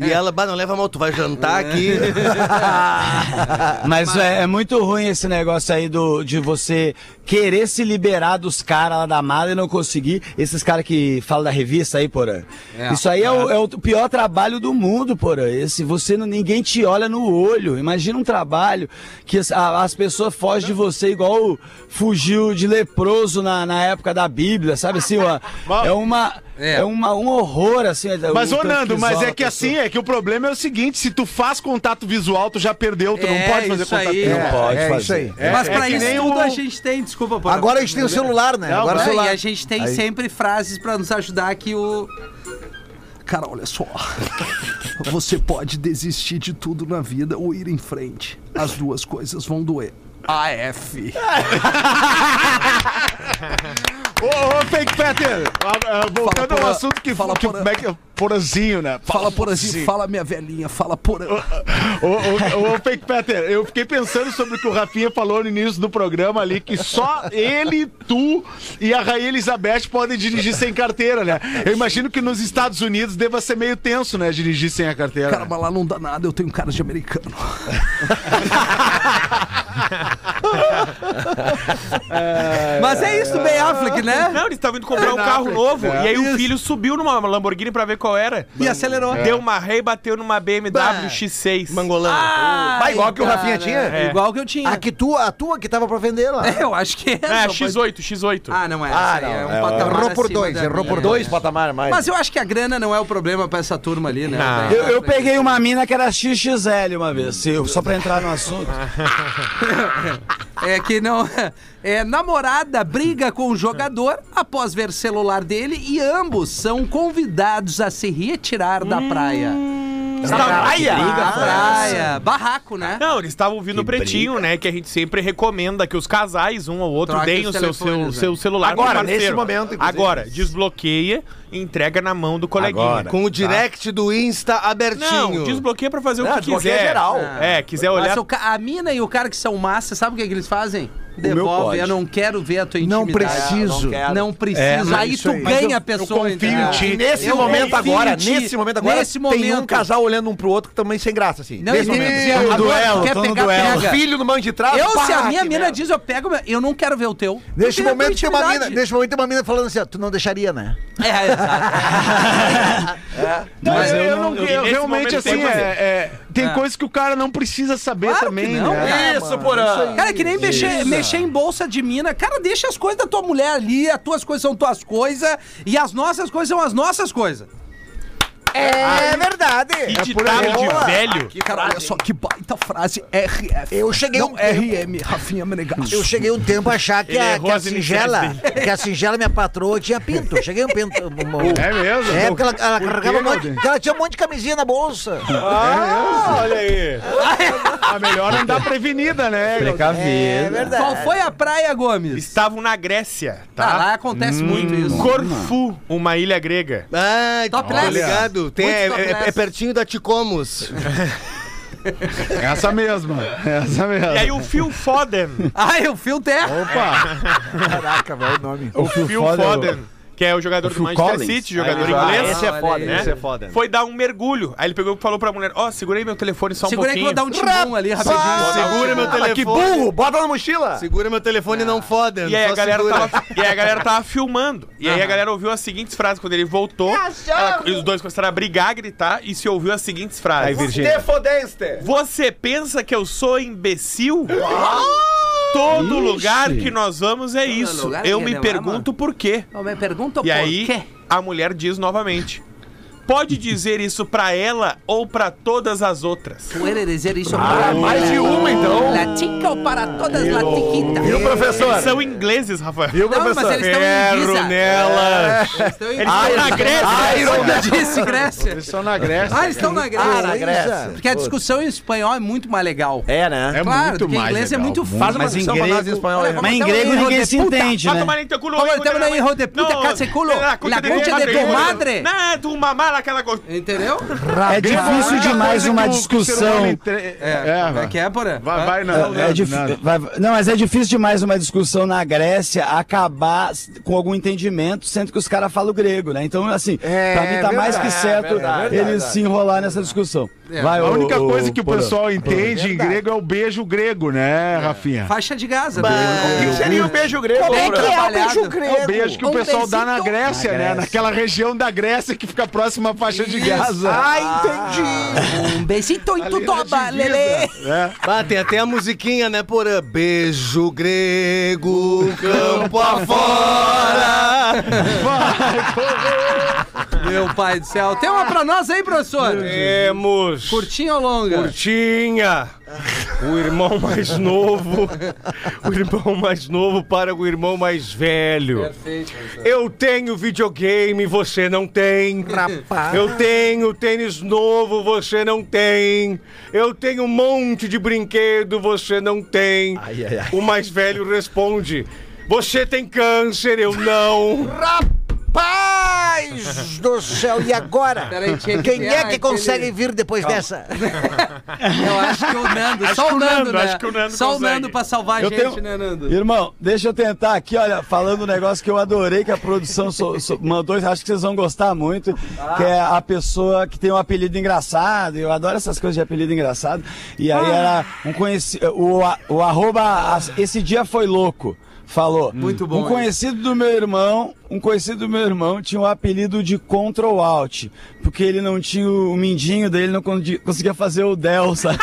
Speaker 11: E ela, bah, não leva mal, tu vai jantar aqui.
Speaker 6: Mas é, é muito ruim esse negócio aí do, de você querer se liberar dos caras lá da mala e não conseguir. Esses caras que falam da revista aí, porã.
Speaker 3: É.
Speaker 6: Isso aí é, o, é o pior trabalho do mundo, porã. Esse, você não, ninguém te olha no olho. Imagina um trabalho que as, a- as pessoas fogem de você igual o- fugiu de leproso na, na época da Bíblia, sabe assim? Uma, é uma.
Speaker 3: É.
Speaker 6: É, uma, um horror, assim.
Speaker 7: Mas,
Speaker 6: o
Speaker 7: ô
Speaker 6: tanto
Speaker 7: Nando, mas
Speaker 6: isola
Speaker 7: é
Speaker 6: a
Speaker 7: que
Speaker 6: pessoa.
Speaker 7: assim, é que o problema é o seguinte, se tu faz contato visual, tu já perdeu, tu
Speaker 3: É,
Speaker 7: não pode fazer
Speaker 3: isso
Speaker 7: contato
Speaker 3: aí.
Speaker 7: visual.
Speaker 6: Não pode
Speaker 5: é
Speaker 6: fazer.
Speaker 5: isso aí.
Speaker 3: Mas pra
Speaker 7: que
Speaker 3: isso
Speaker 7: nem
Speaker 3: tudo
Speaker 7: o-
Speaker 3: a gente tem, desculpa, pô.
Speaker 5: Agora a gente tem o celular, né?
Speaker 7: Não,
Speaker 5: Agora o
Speaker 4: é
Speaker 3: Não,
Speaker 5: celular.
Speaker 3: e a gente tem sempre frases pra nos ajudar que o. Cara, olha só. Você pode desistir de tudo na vida ou ir em frente. As duas coisas vão doer. AF.
Speaker 7: Ô, ô, Fake Peter, ah, ah, voltando
Speaker 3: Fala,
Speaker 7: ao
Speaker 3: porra.
Speaker 7: assunto que...
Speaker 3: Fala,
Speaker 7: que
Speaker 3: porra.
Speaker 7: como é que é? Porazinho, né?
Speaker 3: Fala por assim,
Speaker 7: porazinho.
Speaker 3: fala minha velhinha, fala por.
Speaker 7: Ô, ô, ô, Fake Peter, eu fiquei pensando sobre o que o Rafinha falou no início do programa ali, que só ele, tu e a Rainha Elizabeth podem dirigir sem carteira, né? Eu imagino que nos Estados Unidos deva ser meio tenso, né? Dirigir sem a carteira. né?
Speaker 3: Cara, mas lá não dá nada, eu tenho cara de americano. Mas é isso do Ben Affleck, né?
Speaker 8: Não, eles estavam indo comprar um carro novo. E aí o filho subiu numa Lamborghini pra ver qual era.
Speaker 3: E acelerou.
Speaker 8: Deu uma ré e bateu numa BMW
Speaker 3: Bah.
Speaker 8: X6.
Speaker 11: Mangolão.
Speaker 4: Vai igual que o Rafinha tinha.
Speaker 3: Ah, É. Igual que eu tinha.
Speaker 5: A, que tu, a tua que tava pra vender lá.
Speaker 3: Eu acho que é.
Speaker 8: É,
Speaker 3: só pode-
Speaker 8: X8, X8.
Speaker 3: Ah, não é.
Speaker 4: Ah,
Speaker 3: essa aí
Speaker 4: não,
Speaker 3: é um
Speaker 4: é,
Speaker 3: patamar
Speaker 5: errou por
Speaker 3: acima
Speaker 5: dois,
Speaker 3: da
Speaker 5: errou
Speaker 3: minha.
Speaker 5: por
Speaker 4: Dois patamares mais.
Speaker 3: Mas eu acho que a grana não é o problema pra essa turma ali, né?
Speaker 8: Não.
Speaker 3: Bem,
Speaker 6: Eu, eu peguei uma mina que era XXL uma vez, se eu- só pra entrar no assunto.
Speaker 3: É que não. É, namorada briga com o jogador após ver celular dele e ambos são convidados a se retirar da praia.
Speaker 8: Eles
Speaker 11: Ah,
Speaker 8: tavam- Praia?
Speaker 5: Ah.
Speaker 3: praia. Barraco, né?
Speaker 8: Não, eles estavam vindo o pretinho, né? Que a gente sempre recomenda que os casais, um ou outro,
Speaker 3: Troquem
Speaker 8: deem
Speaker 3: os
Speaker 8: o seu,
Speaker 3: telefones,
Speaker 8: seu,
Speaker 3: né?
Speaker 8: seu celular. pro
Speaker 4: Agora,
Speaker 8: parceiro.
Speaker 4: nesse momento, inclusive.
Speaker 8: Agora, desbloqueia e entrega na mão do coleguinha.
Speaker 4: Agora.
Speaker 11: Com o direct do Insta abertinho.
Speaker 8: Não, desbloqueia pra fazer o
Speaker 4: Não,
Speaker 8: que
Speaker 4: um desbloqueia
Speaker 8: quiser.
Speaker 4: geral.
Speaker 8: É, quiser
Speaker 3: Mas
Speaker 8: olhar.
Speaker 3: o ca- a mina e o cara que são massa, sabe o que, é que eles fazem? Devolve,
Speaker 4: pode.
Speaker 3: eu não quero ver a tua
Speaker 5: Não
Speaker 3: intimidade. Ah,
Speaker 5: preciso.
Speaker 3: Não, precisa.
Speaker 6: É, mas
Speaker 3: aí
Speaker 6: isso
Speaker 3: tu
Speaker 6: aí.
Speaker 3: ganha a pessoa. entendeu?
Speaker 4: Nesse
Speaker 3: Eu
Speaker 4: momento
Speaker 3: confio em
Speaker 4: agora,
Speaker 3: ti.
Speaker 4: nesse momento agora,
Speaker 3: Nesse
Speaker 4: tem
Speaker 3: momento.
Speaker 4: um casal olhando um pro outro que também sem graça, assim.
Speaker 3: Não,
Speaker 4: nesse
Speaker 3: e-
Speaker 4: momento.
Speaker 3: e- agora,
Speaker 6: duelo,
Speaker 3: quer
Speaker 6: tô no
Speaker 3: pegar,
Speaker 6: duelo.
Speaker 3: pega.
Speaker 4: Filho no mangue de trás.
Speaker 3: Eu, se a
Speaker 4: pá,
Speaker 3: minha
Speaker 4: que
Speaker 3: mina
Speaker 4: merda.
Speaker 3: diz, eu pego, meu- eu não quero ver o teu.
Speaker 5: Neste
Speaker 3: Eu tenho a tua
Speaker 5: momento, tem uma mina,
Speaker 3: intimidade.
Speaker 5: neste momento tem uma mina falando assim, ó, tu não deixaria, né?
Speaker 3: É, exato.
Speaker 6: Mas eu não- eu-
Speaker 8: nesse
Speaker 7: realmente,
Speaker 8: momento tem
Speaker 7: assim,
Speaker 8: que fazer.
Speaker 7: é, é, tem
Speaker 3: É.
Speaker 7: coisas que o cara não precisa saber
Speaker 3: Claro que
Speaker 7: também,
Speaker 3: não,
Speaker 7: né?
Speaker 3: cara.
Speaker 4: Isso, porã.
Speaker 3: Cara, é que nem mexer, mexer em bolsa de mina. Cara, deixa as coisas da tua mulher ali, as tuas coisas são tuas coisas e as nossas coisas são as nossas coisas.
Speaker 5: É verdade.
Speaker 8: Que ditado de velho.
Speaker 3: Cara, olha só que baita frase RF.
Speaker 5: Eu cheguei
Speaker 3: Não, é
Speaker 5: um tempo-
Speaker 3: RM, Rafinha Menegasso.
Speaker 5: Eu cheguei um tempo a achar que,
Speaker 8: Ele
Speaker 5: a,
Speaker 8: errou
Speaker 5: que a
Speaker 8: as iniciais
Speaker 5: singela, que a singela minha patroa tinha pinto. Eu Cheguei um pinto.
Speaker 7: É mesmo?
Speaker 5: É, porque ela, ela carregava um monte,
Speaker 7: Galdinho?
Speaker 5: porque ela tinha um monte de camisinha na bolsa.
Speaker 6: Olha aí.
Speaker 7: A melhor não dá prevenida, né?
Speaker 6: Precavido.
Speaker 5: verdade.
Speaker 3: Qual foi a praia, Gomes?
Speaker 8: Estavam na Grécia,
Speaker 3: Ah,
Speaker 8: tá?
Speaker 3: lá acontece muito isso.
Speaker 8: Corfu, uma ilha grega.
Speaker 11: Ah,
Speaker 3: Top
Speaker 11: tá
Speaker 3: less.
Speaker 11: ligado? Tem,
Speaker 3: Muito
Speaker 11: é,
Speaker 3: top
Speaker 11: é-
Speaker 3: less.
Speaker 11: é pertinho da Ticomos.
Speaker 7: Essa mesma. Essa mesma.
Speaker 8: E aí o Phil Foden,
Speaker 3: Ah, eu fio terra.
Speaker 7: Opa!
Speaker 5: Caraca, velho, o nome.
Speaker 6: O Phil
Speaker 8: Phil
Speaker 6: Foden.
Speaker 8: Foden, que é o jogador do
Speaker 6: Phil
Speaker 8: Manchester
Speaker 6: Collins.
Speaker 8: City, jogador
Speaker 6: Ah,
Speaker 8: inglês.
Speaker 6: Esse é foda,
Speaker 3: Olha aí.
Speaker 6: esse é foda.
Speaker 8: Foi dar um mergulho. Aí ele pegou e falou pra mulher: Ó, segurei meu telefone só um
Speaker 3: Segurei que eu
Speaker 8: pouquinho.
Speaker 3: vou dar um timbum ali rapidinho.
Speaker 8: Segura
Speaker 11: Ah,
Speaker 8: meu telefone.
Speaker 4: Que burro, bota na mochila.
Speaker 11: Segura meu telefone e não foda.
Speaker 8: E aí,
Speaker 11: só
Speaker 8: a galera
Speaker 11: segura.
Speaker 8: tava, e aí a galera tava filmando. E aí a galera ouviu as seguintes frases quando ele voltou. ela- e os dois começaram a brigar, a gritar e se ouviu as seguintes frases.
Speaker 6: Aí, Virgínia.
Speaker 8: Você pensa que eu sou imbecil? Todo
Speaker 6: Ixi.
Speaker 8: lugar que nós vamos é isso.
Speaker 3: lugar
Speaker 8: Eu
Speaker 3: que
Speaker 8: me
Speaker 3: nós
Speaker 8: pergunto por quê.
Speaker 3: Não, me pergunta
Speaker 8: E
Speaker 3: por
Speaker 8: aí
Speaker 3: quê.
Speaker 8: a mulher diz novamente: Pode dizer isso pra ela ou pra todas as outras.
Speaker 3: Puede dizer isso para
Speaker 4: mais de uma, então.
Speaker 3: La chica ou para todas la chiquita.
Speaker 4: Viu, professor?
Speaker 8: São ingleses, Rafael.
Speaker 4: Viu,
Speaker 3: Não, mas
Speaker 4: professor?
Speaker 3: eles estão em Ibiza.
Speaker 6: Nela.
Speaker 3: Eles estão em
Speaker 8: Eles estão na Grécia.
Speaker 3: Eu disse Grécia.
Speaker 7: Eles são na Grécia.
Speaker 3: Ah, eles estão na Grécia.
Speaker 5: Ah, na Grécia.
Speaker 3: Porque a discussão em espanhol é muito mais legal.
Speaker 4: É, né?
Speaker 7: É
Speaker 3: claro,
Speaker 7: muito
Speaker 3: porque
Speaker 7: mais
Speaker 3: inglês é
Speaker 7: legal.
Speaker 3: muito
Speaker 7: Muito.
Speaker 4: Faz uma
Speaker 6: Mas em
Speaker 4: lição pra nós em
Speaker 6: grego-
Speaker 4: espanhol.
Speaker 3: Olha,
Speaker 4: aí.
Speaker 3: como
Speaker 12: Mas em
Speaker 3: Então,
Speaker 12: grego
Speaker 3: hijo
Speaker 12: ninguém
Speaker 3: de
Speaker 12: se
Speaker 3: puta,
Speaker 12: entende,
Speaker 8: Va a
Speaker 12: né?
Speaker 8: tomar en tu culo,
Speaker 3: Vamos,
Speaker 8: hijo de
Speaker 3: tamo
Speaker 8: la
Speaker 3: aí, hijo de
Speaker 8: madre.
Speaker 3: puta,
Speaker 8: No,
Speaker 3: casa de culo.
Speaker 8: la
Speaker 3: La
Speaker 8: concha de
Speaker 3: concha de tu
Speaker 8: hijo
Speaker 3: madre.
Speaker 8: Nah, tu mamá, aquela coisa.
Speaker 3: Entendeu?
Speaker 6: É difícil demais uma discussão.
Speaker 7: É,
Speaker 9: Eh,
Speaker 3: é que é, porra?
Speaker 7: Vai, vai, não.
Speaker 9: um
Speaker 6: É, é dif- vai- vai- Não, mas é difícil demais uma discussão na Grécia acabar s- com algum entendimento, sendo que os caras falam grego, né? Então, assim,
Speaker 5: É,
Speaker 6: pra mim tá mais que
Speaker 5: verdade,
Speaker 6: certo
Speaker 5: verdade,
Speaker 6: eles
Speaker 5: verdade.
Speaker 6: se enrolar nessa discussão.
Speaker 3: É.
Speaker 6: Vai,
Speaker 7: A
Speaker 6: ô,
Speaker 7: única
Speaker 6: ô,
Speaker 7: coisa que o
Speaker 6: Porã.
Speaker 7: pessoal entende em grego é o beijo grego, né, Rafinha?
Speaker 3: Faixa de Gaza.
Speaker 11: É.
Speaker 4: O
Speaker 3: um
Speaker 4: que
Speaker 11: um
Speaker 4: seria o beijo grego?
Speaker 11: né,
Speaker 5: Como é que é o
Speaker 3: trabalhado.
Speaker 5: beijo grego?
Speaker 7: É o beijo que
Speaker 3: Um
Speaker 7: o pessoal dá na
Speaker 3: beijinho.
Speaker 7: Grécia, né? Naquela região da Grécia que fica próxima à faixa de Gaza.
Speaker 3: Ah, Um beijito em
Speaker 7: Ali na
Speaker 3: tutoba,
Speaker 7: divisa,
Speaker 3: lelê.
Speaker 7: né?
Speaker 11: Ah, tem até a musiquinha, né, porã? Beijo grego, campo afora.
Speaker 3: Meu pai do céu. Tem uma pra nós aí, professor?
Speaker 6: Temos
Speaker 3: Curtinha ou longa?
Speaker 6: Curtinha, o irmão mais novo, o irmão mais novo para o irmão mais velho.
Speaker 3: Perfeito.
Speaker 6: Eu tenho videogame, você não tem.
Speaker 5: Rapaz.
Speaker 6: Eu tenho tênis novo, você não tem. Eu tenho um monte de brinquedo, você não tem. O mais velho responde: Você tem câncer, eu não.
Speaker 5: Rapaz do céu, e agora?
Speaker 3: Peraí, tinha que
Speaker 5: Quem
Speaker 3: ter
Speaker 5: é que
Speaker 3: aquele-
Speaker 5: consegue vir depois dessa?
Speaker 3: Eu acho que é o Nando, só
Speaker 8: que é
Speaker 3: o
Speaker 8: o
Speaker 3: Nando,
Speaker 8: Nando,
Speaker 3: né?
Speaker 8: acho que o Nando
Speaker 3: Só o
Speaker 8: consegue.
Speaker 3: Nando pra salvar a
Speaker 6: Eu
Speaker 3: gente,
Speaker 6: tenho-
Speaker 3: né, Nando?
Speaker 6: Irmão, deixa eu tentar aqui, olha, falando um negócio que eu adorei que a produção so- so- mandou, acho que vocês vão gostar muito, que é a pessoa que tem um apelido engraçado, eu adoro essas coisas de apelido engraçado, e
Speaker 3: Ah.
Speaker 6: aí era um conhecido, o, a- o arroba, as- esse dia foi louco, falou.
Speaker 3: Hum. Muito bom,
Speaker 6: Um conhecido do meu irmão, um conhecido do meu irmão tinha o apelido de Control Alt, porque ele não tinha o mindinho dele, não con- conseguia fazer o del, sabe?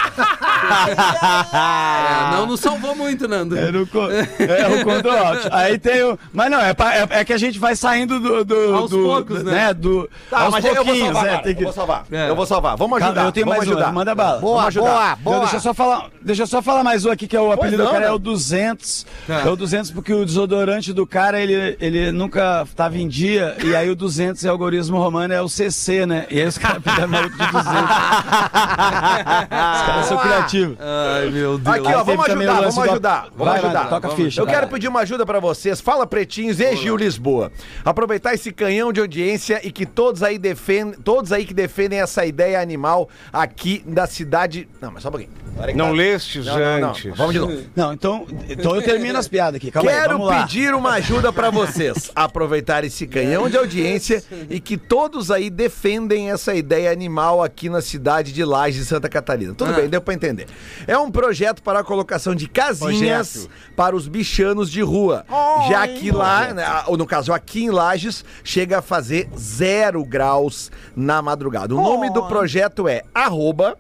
Speaker 4: Ah.
Speaker 3: É, não nos salvou muito, Nando.
Speaker 10: É, no co- é o Ctrl Alt. Aí tem o. Mas não, é, pa- é- é que a gente vai saindo do. do
Speaker 3: Aos
Speaker 10: do-
Speaker 3: poucos, né?
Speaker 10: Do,
Speaker 4: Tá,
Speaker 10: aos
Speaker 4: mas eu vou
Speaker 10: pouquinhos,
Speaker 4: salvar,
Speaker 10: é,
Speaker 4: cara.
Speaker 10: tem
Speaker 4: Eu
Speaker 10: que-
Speaker 4: vou salvar.
Speaker 3: É.
Speaker 4: Eu vou salvar. Vamos
Speaker 10: Calma,
Speaker 4: ajudar.
Speaker 10: eu tenho
Speaker 4: Vamos
Speaker 10: mais
Speaker 4: ajudar.
Speaker 10: uma, manda bala.
Speaker 5: Boa, boa, boa.
Speaker 10: Não, deixa eu só falar, deixa eu só falar mais um aqui que é o apelido
Speaker 4: não,
Speaker 10: do cara é
Speaker 4: né?
Speaker 10: o 200.
Speaker 3: Tá.
Speaker 10: É o 200 porque o desodorante do cara ele, ele nunca tava em dia e aí o 200 em algoritmo romano é o CC, né? E aí os caras apelidaram o maluco de 200. os caras são criativos.
Speaker 3: Ai, meu Deus.
Speaker 4: Tá Aqui, ó,
Speaker 10: Aí teve
Speaker 4: vamos
Speaker 10: também o
Speaker 4: ajudar,
Speaker 10: lance
Speaker 4: vamos
Speaker 10: do-
Speaker 4: ajudar, vamos
Speaker 10: Vai,
Speaker 4: ajudar.
Speaker 10: Nando, toca a
Speaker 4: Vamos
Speaker 10: ficha.
Speaker 4: Eu quero pedir uma ajuda pra vocês. Fala Pretinhos e Gil Lisboa. Aproveitar esse canhão de audiência e que todos aí defendem, todos aí que defendem essa ideia animal aqui da cidade. Não, mas só um pouquinho. Agora é que
Speaker 7: Não
Speaker 4: tá.
Speaker 7: leste
Speaker 4: Não, não, não.
Speaker 7: antes.
Speaker 4: Vamos de novo.
Speaker 10: Não, então, então eu termino as piadas aqui. Calma aí,
Speaker 4: Quero
Speaker 10: vamos lá.
Speaker 4: pedir uma ajuda pra vocês. Aproveitar esse canhão de audiência e que todos aí defendem essa ideia animal aqui na cidade de Lages, Santa Catarina. Tudo
Speaker 3: Ah.
Speaker 4: bem, deu pra entender. É um projeto para a colocação de casinhas para os bichanos de rua. já que lá, né, ou no caso aqui em Lages, chega a fazer zero graus na madrugada. O nome do projeto é arroba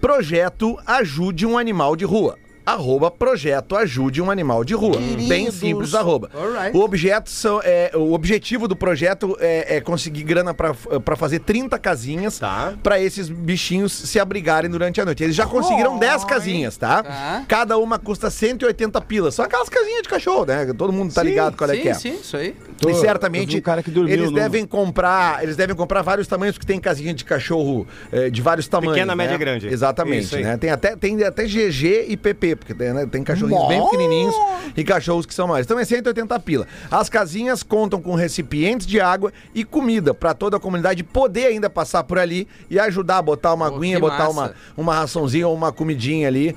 Speaker 4: Projeto Ajude um Animal de Rua. Arroba Projeto Ajude um Animal de Rua. Bem simples, arroba.
Speaker 3: Alright.
Speaker 4: O objeto são, é, o objetivo do projeto é, é conseguir grana para fazer 30 casinhas
Speaker 3: Tá.
Speaker 4: pra para esses bichinhos se abrigarem durante a noite. Eles já conseguiram 10 casinhas, tá?
Speaker 3: Tá.
Speaker 4: Cada uma custa 180 pilas. Só aquelas casinhas de cachorro, né? Todo mundo tá ligado qual é
Speaker 3: sim,
Speaker 4: que é.
Speaker 3: sim, isso aí.
Speaker 4: E
Speaker 10: eu vi
Speaker 4: certamente
Speaker 10: um cara que dormiu
Speaker 4: eles
Speaker 10: no-
Speaker 4: devem comprar, eles devem comprar vários tamanhos porque tem casinha de cachorro eh, de vários tamanhos.
Speaker 8: Pequena,
Speaker 4: né?
Speaker 8: média, grande.
Speaker 4: Exatamente,
Speaker 8: Isso aí.
Speaker 4: né? Tem até tem até GG e PP porque tem, né, tem cachorrinhos bem pequenininhos e cachorros que são maiores. Então é 180 pila. As casinhas contam com recipientes de água e comida para toda a comunidade poder ainda passar por ali e ajudar a botar uma
Speaker 3: Pô,
Speaker 4: aguinha,
Speaker 3: que
Speaker 4: botar
Speaker 3: massa.
Speaker 4: uma uma raçãozinha ou uma comidinha ali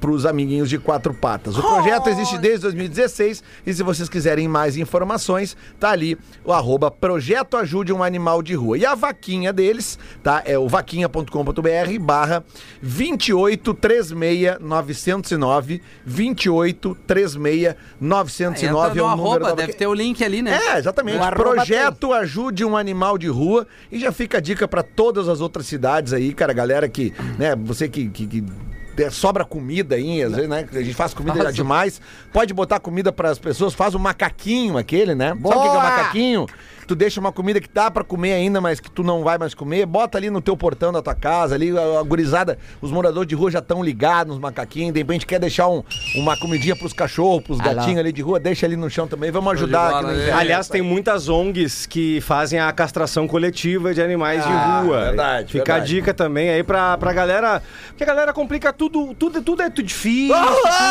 Speaker 4: para os amiguinhos de quatro patas. O projeto existe desde 2016 e se vocês quiserem mais informações, tá ali o arroba Projeto Ajude um Animal de Rua. E a vaquinha deles, tá? É o vaquinha.com.br barra 2836-909, 2836-909
Speaker 3: Entra
Speaker 4: é
Speaker 3: no
Speaker 4: o número
Speaker 3: arroba,
Speaker 4: da
Speaker 3: deve
Speaker 4: vaquinha.
Speaker 3: ter o link ali, né?
Speaker 4: É, exatamente.
Speaker 5: O arroba
Speaker 4: Projeto Ajude um Animal de Rua. E já fica a dica pra todas as outras cidades aí, cara. Galera que, né, você que. que- que de- Sobra comida aí, às vezes, né? A gente faz comida já demais. Pode botar comida pras pessoas, faz o macaquinho aquele, né? Sabe o que que é
Speaker 5: Boa!
Speaker 4: macaquinho? Tu deixa uma comida que dá pra comer ainda, mas que tu não vai mais comer. Bota ali no teu portão da tua casa, ali a, a gurizada, os moradores de rua já estão ligados nos macaquinhos. De repente quer deixar um- uma comidinha pros cachorros, pros gatinhos ali de rua, deixa ali no chão também. Vamos
Speaker 3: Ah, Show de
Speaker 4: ajudar
Speaker 3: bola,
Speaker 4: aqui no
Speaker 3: né?
Speaker 4: inverno.
Speaker 9: Aliás, tem muitas ONGs que fazem a castração coletiva de animais de rua.
Speaker 4: verdade,
Speaker 9: Fica
Speaker 4: verdade.
Speaker 9: a dica também aí pra, pra galera. Porque a galera complica tudo, tudo, tudo é tudo difícil,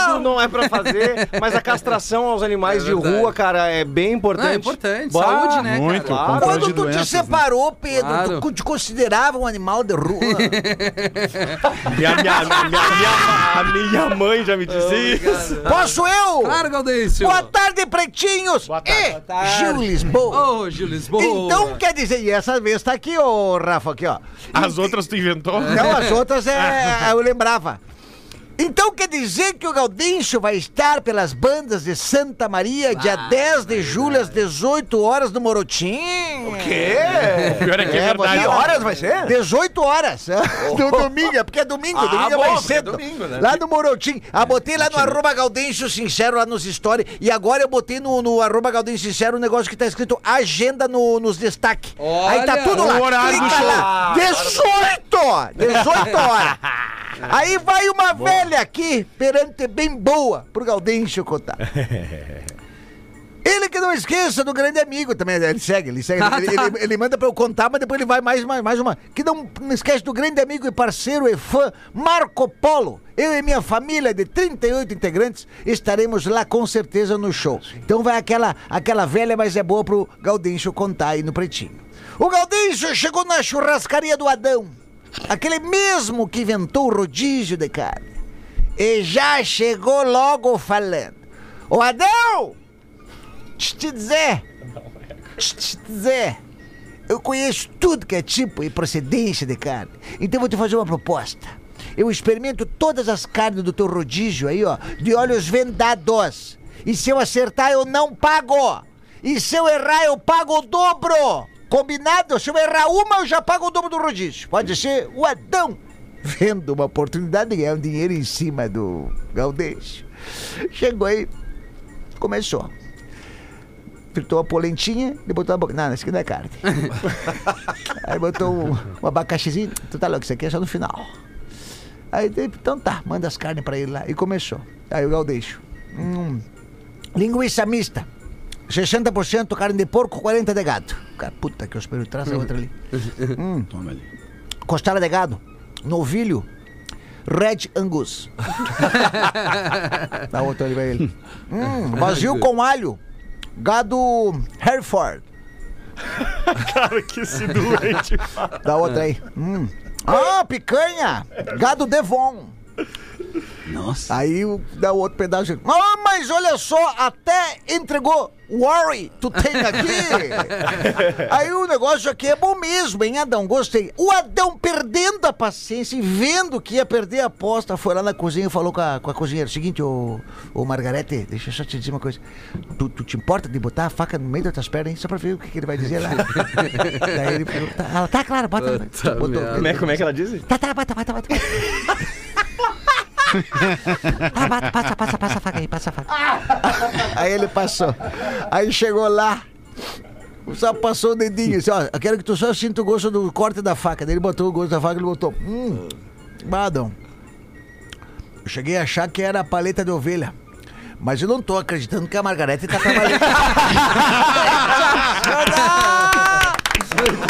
Speaker 9: tudo não é pra fazer. Mas a castração aos animais
Speaker 3: É
Speaker 9: de
Speaker 3: verdade.
Speaker 9: rua, cara, é bem importante.
Speaker 3: Não, é importante.
Speaker 9: Bah,
Speaker 3: Saúde, né,
Speaker 10: muito,
Speaker 3: cara?
Speaker 10: com-
Speaker 5: Quando
Speaker 10: Controle de
Speaker 5: tu
Speaker 10: doenças,
Speaker 5: te
Speaker 6: né?
Speaker 5: separou, Pedro,
Speaker 3: Claro.
Speaker 5: tu te considerava um animal de rua.
Speaker 9: Minha, minha, minha, minha- a minha mãe já me disse isso.
Speaker 5: Posso eu?
Speaker 3: Claro, Gaudêncio.
Speaker 5: Boa tarde, pretinhos! Boa tarde. E Gil Lisboa.
Speaker 3: Ô, Gil Lisboa.
Speaker 5: Então quer dizer, e essa vez tá aqui, ô Rafa, aqui, ó.
Speaker 8: As outras tu inventou?
Speaker 5: Então as outras é, eu lembrava. Então quer dizer que o Gaudêncio vai estar pelas bandas de Santa Maria, dia 10 de julho, às 18 horas, no Morotim. O quê?
Speaker 8: Pior é que é,
Speaker 5: É,
Speaker 8: verdade.
Speaker 5: botaram-
Speaker 4: horas vai ser?
Speaker 5: 18 horas. No domingo, é porque é domingo, domingo é mais cedo. Lá no Morotim. Ah, botei lá no arroba Gaudêncio Sincero, lá nos stories. E agora eu botei no, no arroba Gaudêncio Sincero um negócio que tá escrito agenda no- nos destaques. Aí tá
Speaker 3: Olha,
Speaker 5: tudo
Speaker 3: o
Speaker 5: lá.
Speaker 8: horário do
Speaker 5: Clica
Speaker 8: show.
Speaker 5: lá. 18! 18 horas. Aí vai uma velha aqui, perante bem boa, pro Gaudêncio contar. Ele que não esqueça do grande amigo também. né? Ele segue, ele segue. ele, ele- ele manda pra eu contar, mas depois ele vai mais, mais, mais uma. Que não, não esquece do grande amigo e parceiro e fã Marco Polo. Eu e minha família de 38 integrantes estaremos lá com certeza no show. Então vai aquela, aquela velha, mas é boa pro Gaudêncio contar aí no pretinho. O Gaudêncio chegou na churrascaria do Adão. Aquele mesmo que inventou o rodízio de carne. E já chegou logo falando. Ô Adão! Deixa eu te dizer. Deixa eu te dizer. Eu conheço tudo que é tipo e procedência de carne. Então eu vou te fazer uma proposta. Eu experimento todas as carnes do teu rodízio aí, ó, de olhos vendados. E se eu acertar, eu não pago. E se eu errar, eu pago o dobro. Combinado? Se eu errar uma, eu já pago o dobro do rodízio. Pode ser? O Adão vendo uma oportunidade de ganhar um dinheiro em cima do Gaudêncio. Chegou aí, começou. Fritou a polentinha e botou a boca. Não, isso aqui não é carne. aí botou um, um abacaxizinho. Tu tá louco, isso aqui é só no final. Aí, teve, então tá, manda as carnes pra ele lá. E começou. Aí o Gaudêncio. Hum, linguiça mista. 60% carne de porco, 40% de gado. Cara, puta que os pelos traz a outra ali. Hum. Toma ali. Costela de gado, novilho, red angus. Dá outra ali pra ele. Hum, vazio com alho, gado Hereford.
Speaker 9: Cara, que esse doente.
Speaker 5: Dá outra aí. Hum. Ah, picanha, gado Devon.
Speaker 6: Nossa.
Speaker 5: Aí o- dá o outro pedaço. Ah, mas olha só, até entregou. Worry, tu tem aqui. Aí o negócio aqui é bom mesmo, hein, Adão? Gostei. O Adão perdendo a paciência e vendo que ia perder a aposta, foi lá na cozinha e falou com a, com a cozinheira. Seguinte, ô, ô Margarete, deixa eu só te dizer uma coisa. Tu, tu te importa de botar a faca no meio das tuas pernas, hein? Só pra ver o que, que ele vai dizer lá. Daí ele falou, tá, ela, tá claro, bota.
Speaker 3: Puta
Speaker 5: botou.
Speaker 3: merda.
Speaker 9: Como é, como é que ela diz?
Speaker 5: Tá, tá, bota, bota, bota. tá, bota, passa, passa, passa a faca aí, passa a faca. aí ele passou. Aí chegou lá. Só passou o dedinho, assim, ó, eu quero que tu só sinta o gosto do corte da faca. Daí ele botou o gosto da faca e ele botou. Hum, badão. Eu cheguei a achar que era a paleta de ovelha. Mas eu não tô acreditando que a Margarete tá trabalhando.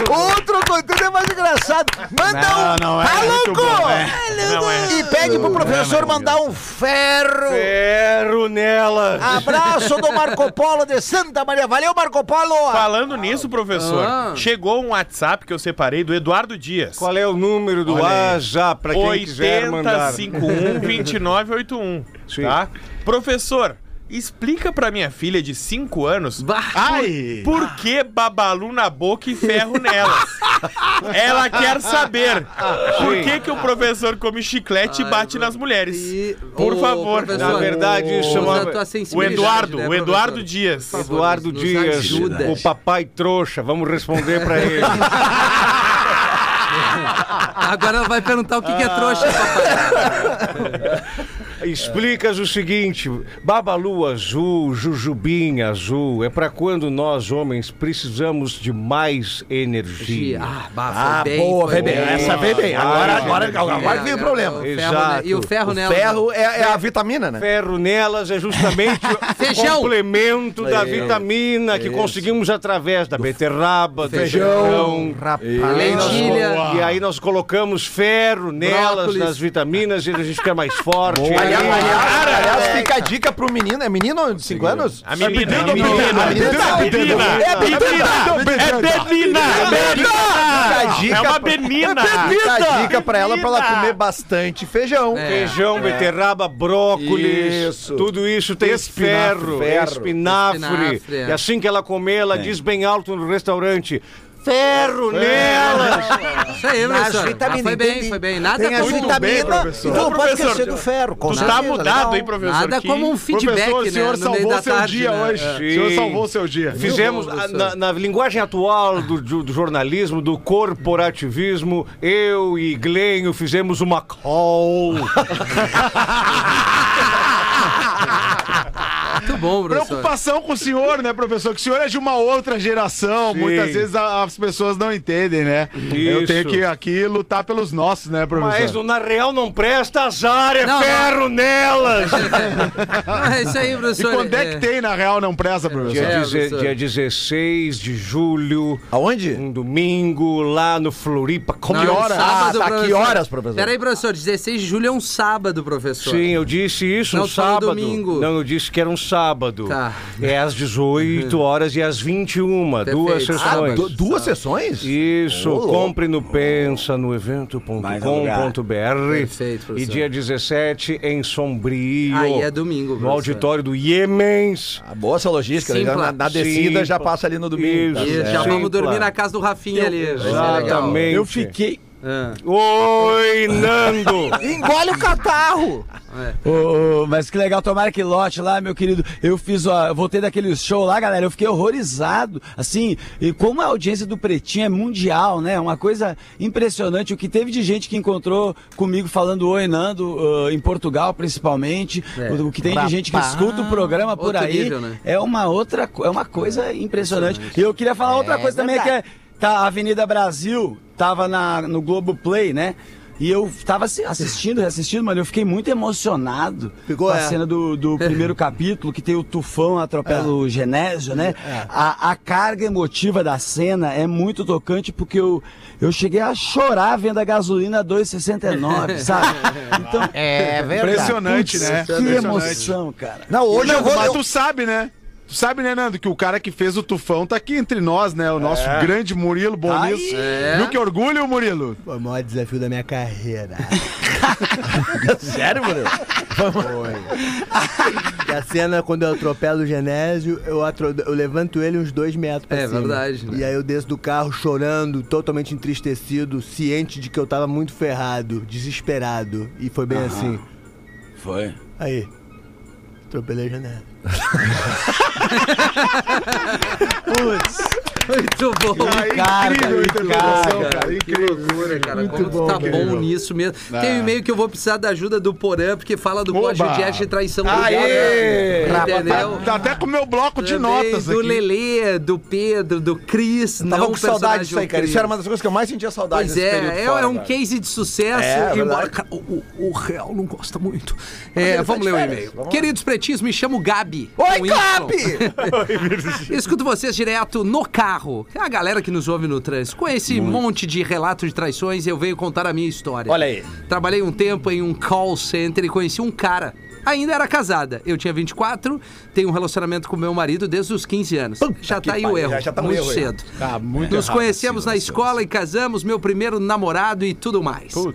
Speaker 5: Outro conteúdo é mais engraçado. Manda
Speaker 10: Não,
Speaker 5: um.
Speaker 10: não é
Speaker 5: tá
Speaker 10: muito
Speaker 5: louco?
Speaker 10: bom, é.
Speaker 8: Não é.
Speaker 5: E pede pro professor mandar um ferro.
Speaker 9: Ferro nela.
Speaker 5: Abraço do Marco Polo de Santa Maria. Valeu, Marco Polo.
Speaker 8: Falando nisso, professor,
Speaker 3: Ah.
Speaker 8: chegou um WhatsApp que eu separei do Eduardo Dias.
Speaker 9: Qual é o número do
Speaker 8: Olha aí.
Speaker 9: A já, pra quem quiser mandar?
Speaker 8: 8051-2981,
Speaker 9: Sim.
Speaker 8: tá? Professor, explica pra minha filha de 5 anos
Speaker 9: Ai!
Speaker 8: por que babalu na boca e ferro nelas. Ela quer saber por que, que o professor come chiclete e bate nas mulheres. Por
Speaker 3: Ô,
Speaker 8: favor.
Speaker 3: professor,
Speaker 9: Na verdade,
Speaker 3: usa
Speaker 9: chamava-
Speaker 3: a tua
Speaker 8: O
Speaker 3: sensibilidade,
Speaker 8: Eduardo,
Speaker 3: né,
Speaker 8: o Eduardo
Speaker 3: professor?
Speaker 8: Dias.
Speaker 3: Por favor,
Speaker 9: Eduardo
Speaker 3: nos
Speaker 9: Dias,
Speaker 3: ajuda.
Speaker 9: o papai trouxa, vamos responder pra ele.
Speaker 3: Agora ela vai perguntar o que, que é trouxa, papai.
Speaker 9: Explicas o seguinte: Babalu azul, Jujubinha azul, é pra quando nós homens precisamos de mais energia.
Speaker 3: Ah, bah, foi
Speaker 4: Ah,
Speaker 3: bem,
Speaker 4: boa,
Speaker 3: foi
Speaker 4: veio bem. Essa veio bem. Agora, agora, agora,
Speaker 3: É,
Speaker 4: veio
Speaker 3: é,
Speaker 4: o problema.
Speaker 3: o ferro ne- E o
Speaker 9: Exato.
Speaker 3: ferro
Speaker 4: O
Speaker 3: nela.
Speaker 4: ferro é, é a vitamina, né?
Speaker 9: Ferro nelas é justamente o
Speaker 3: Feijão.
Speaker 9: complemento da vitamina que conseguimos através da beterraba, do feijão,
Speaker 3: Lentilha.
Speaker 9: E aí nós colocamos ferro nelas,
Speaker 3: Brócolis.
Speaker 9: nas vitaminas, e a gente fica mais forte.
Speaker 4: Aliás,
Speaker 9: Aí-
Speaker 4: aliás, aliás, fica a dica pro menino. É menino de 5 anos?
Speaker 8: A menina, a menina,
Speaker 4: menina,
Speaker 8: a menina,
Speaker 4: menina,
Speaker 8: a menina,
Speaker 4: menina,
Speaker 8: a menina, é Benina,
Speaker 4: Fica
Speaker 8: é
Speaker 4: a
Speaker 8: Benina, é
Speaker 4: dica
Speaker 8: uma
Speaker 4: pra-
Speaker 8: Benina.
Speaker 4: Fica a dica pra ela, pra ela comer bastante feijão.
Speaker 3: é.
Speaker 9: Feijão, beterraba, brócolis,
Speaker 4: Isso.
Speaker 9: tudo isso tem
Speaker 4: Espinafre,
Speaker 9: ferro,
Speaker 4: ferro.
Speaker 9: espinafre.
Speaker 3: Espinafre, é.
Speaker 9: E assim que ela comer, ela diz bem alto no restaurante: ferro nelas!
Speaker 3: Isso aí,
Speaker 5: Nas
Speaker 3: professor. Ah,
Speaker 5: vitaminas,
Speaker 3: foi bem,
Speaker 5: entendi.
Speaker 3: foi bem. Nada
Speaker 5: Tem as
Speaker 3: como... um
Speaker 5: vitaminas e tu não pode
Speaker 8: professor,
Speaker 5: esquecer do ferro. com
Speaker 8: Tu tá
Speaker 5: certeza,
Speaker 8: mudado,
Speaker 5: legal.
Speaker 8: hein, professor?
Speaker 3: Nada
Speaker 8: Que-
Speaker 3: como um feedback, né?
Speaker 7: Professor, o senhor
Speaker 3: no meio
Speaker 7: salvou
Speaker 3: da
Speaker 7: o seu
Speaker 3: tarde,
Speaker 7: dia
Speaker 3: né?
Speaker 7: hoje.
Speaker 3: É.
Speaker 7: O senhor
Speaker 9: Sim.
Speaker 7: salvou o seu dia.
Speaker 9: Fizemos,
Speaker 3: bom,
Speaker 9: a-
Speaker 3: professor.
Speaker 9: na, na linguagem atual do, do- do jornalismo, do corporativismo, eu e Glenho fizemos uma call.
Speaker 3: Muito bom, professor.
Speaker 7: Preocupação com o senhor, né, professor? Que o senhor é de uma outra geração.
Speaker 9: Sim.
Speaker 7: Muitas vezes a- as pessoas não entendem, né? Eu
Speaker 9: Isso.
Speaker 7: tenho que aqui lutar pelos nossos, né,
Speaker 9: Mas
Speaker 7: professor?
Speaker 9: na real não presta, azar é
Speaker 3: Não, não.
Speaker 9: ferro nelas!
Speaker 3: Ah, é isso aí,
Speaker 7: E
Speaker 3: professor.
Speaker 7: quando é que tem, na real, não presta, professor?
Speaker 9: Dia,
Speaker 3: É,
Speaker 9: deze-
Speaker 3: professor.
Speaker 9: dia 16 de julho,
Speaker 4: Aonde?
Speaker 9: um domingo, lá no Floripa. Como
Speaker 3: Não, é um
Speaker 4: horas?
Speaker 3: sábado,
Speaker 4: Ah, tá, que
Speaker 3: professor.
Speaker 4: horas, professor?
Speaker 3: Peraí, professor, 16 de julho é um sábado, professor.
Speaker 9: Sim, eu disse isso,
Speaker 3: Não,
Speaker 9: um
Speaker 3: tu falou
Speaker 9: sábado.
Speaker 3: domingo.
Speaker 9: Não, eu disse que era um sábado.
Speaker 3: Tá.
Speaker 9: É às 18 horas e às 21, duas
Speaker 3: Perfeito.
Speaker 9: sessões.
Speaker 3: Ah,
Speaker 4: Du- duas sessões?
Speaker 9: Isso,
Speaker 4: Ô, louco.
Speaker 9: compre no pensa no
Speaker 10: Mais um lugar.
Speaker 3: Perfeito,
Speaker 9: evento.com.br. E
Speaker 3: professor.
Speaker 9: dia 17 em Sombrio.
Speaker 3: Aí é domingo,
Speaker 9: No
Speaker 3: professor.
Speaker 9: auditório do Iemens.
Speaker 4: Ah, boa essa logística.
Speaker 3: Sim,
Speaker 4: né? na,
Speaker 3: pla-
Speaker 4: na descida
Speaker 9: sim,
Speaker 4: já
Speaker 9: pla-
Speaker 4: passa ali no domingo. tá
Speaker 9: Isso,
Speaker 3: E
Speaker 9: É.
Speaker 4: certo.
Speaker 3: já vamos
Speaker 9: Sim,
Speaker 3: dormir
Speaker 9: claro.
Speaker 3: na casa do Rafinha ali. vai ser é, legal.
Speaker 9: Exatamente.
Speaker 10: Eu fiquei.
Speaker 3: Ah.
Speaker 9: Oi, Nando!
Speaker 5: Engole o catarro.
Speaker 3: É.
Speaker 6: Ô, ô, mas que legal, tomara que lote lá, meu querido. Eu fiz, ó, eu voltei daquele show lá, galera, eu fiquei horrorizado. Assim, e como a audiência do Pretinho é mundial, né? Uma coisa impressionante. O que teve de gente que encontrou comigo falando oi, Nando, ah, em Portugal, principalmente.
Speaker 3: É.
Speaker 6: O, o que tem de gente que escuta o programa por
Speaker 3: Outro
Speaker 6: aí.
Speaker 3: nível, né?
Speaker 6: É uma outra, co- é uma coisa impressionante. E eu queria falar outra coisa também que é, tá, a Avenida Brasil tava na, no Globo Play, né? E eu tava assi- assistindo, reassistindo, mano, eu fiquei muito emocionado
Speaker 11: Ficou,
Speaker 6: com a
Speaker 11: é.
Speaker 6: cena do, do primeiro capítulo, que tem o Tufão atropela o Genésio, né? A, a carga emotiva da cena é muito tocante, porque eu, eu cheguei a chorar vendo a gasolina 2,69, sabe? Então,
Speaker 5: É
Speaker 7: Impressionante,
Speaker 6: putz,
Speaker 7: né?
Speaker 6: Que emoção, cara.
Speaker 5: Não, hoje eu
Speaker 7: Nando,
Speaker 5: vou.
Speaker 7: mas
Speaker 5: eu-
Speaker 7: tu é sabe, né? Tu sabe, né, Nando, que o cara que fez o tufão tá aqui entre nós, né? O nosso grande Murilo Bonis. Viu que orgulho, Murilo?
Speaker 11: Foi é o maior desafio da minha carreira.
Speaker 4: Sério, Murilo?
Speaker 11: E a cena, quando eu atropelo o Genésio, eu, atro- eu levanto ele uns dois metros pra
Speaker 3: É
Speaker 11: cima.
Speaker 3: verdade, né?
Speaker 11: E aí eu desço do carro chorando, totalmente entristecido, ciente de que eu tava muito ferrado, desesperado. E foi bem assim.
Speaker 6: Foi.
Speaker 11: Aí, atropelei o Genésio.
Speaker 3: Muito bom.
Speaker 6: Cara,
Speaker 7: Incrível a interpretação, cara. Incrível.
Speaker 3: Que loucura, cara. Como tu tá bom nisso mesmo.
Speaker 4: Ah.
Speaker 3: Tem um e-mail que eu vou precisar da ajuda do Porã, porque fala do
Speaker 7: Oba!
Speaker 3: código de arte e traição do
Speaker 7: Aê!
Speaker 3: Porã. É. Entendeu?
Speaker 7: Tá, tá até com o meu bloco de
Speaker 3: Também
Speaker 7: notas
Speaker 3: do
Speaker 7: aqui.
Speaker 3: Lelê, do Pedro, do Cris. não
Speaker 4: Tava com
Speaker 3: o personagem
Speaker 4: saudade disso aí,
Speaker 3: do
Speaker 4: cara.
Speaker 3: Cris.
Speaker 4: Isso era uma das coisas que eu mais sentia saudade
Speaker 3: Pois
Speaker 4: nesse
Speaker 3: é,
Speaker 4: período
Speaker 3: é,
Speaker 4: fora,
Speaker 3: é um
Speaker 4: cara.
Speaker 3: case de sucesso,
Speaker 4: É, verdade.
Speaker 3: embora cara, o, o- o real não gosta muito. É,
Speaker 4: ele tá
Speaker 3: vamos
Speaker 4: de
Speaker 3: ler o
Speaker 4: férias,
Speaker 3: e-mail.
Speaker 4: vamos lá.
Speaker 3: Queridos pretinhos, me chamo Gabi.
Speaker 4: Oi,
Speaker 3: com Y.
Speaker 4: Gabi!
Speaker 3: Escuto vocês direto no carro. É a galera que nos ouve no trânsito. Com esse monte de relatos de traições, eu venho contar a minha história.
Speaker 4: Olha aí.
Speaker 3: Trabalhei um tempo em um call center e conheci um cara. Ainda era casada. Eu tinha 24, tenho um relacionamento com meu marido desde os 15 anos. já tá aí o
Speaker 4: pariu,
Speaker 3: erro.
Speaker 4: já- já tá um
Speaker 3: muito
Speaker 4: erro aí.
Speaker 3: cedo. Nos conhecemos na escola e casamos, meu primeiro namorado e tudo mais. Ou,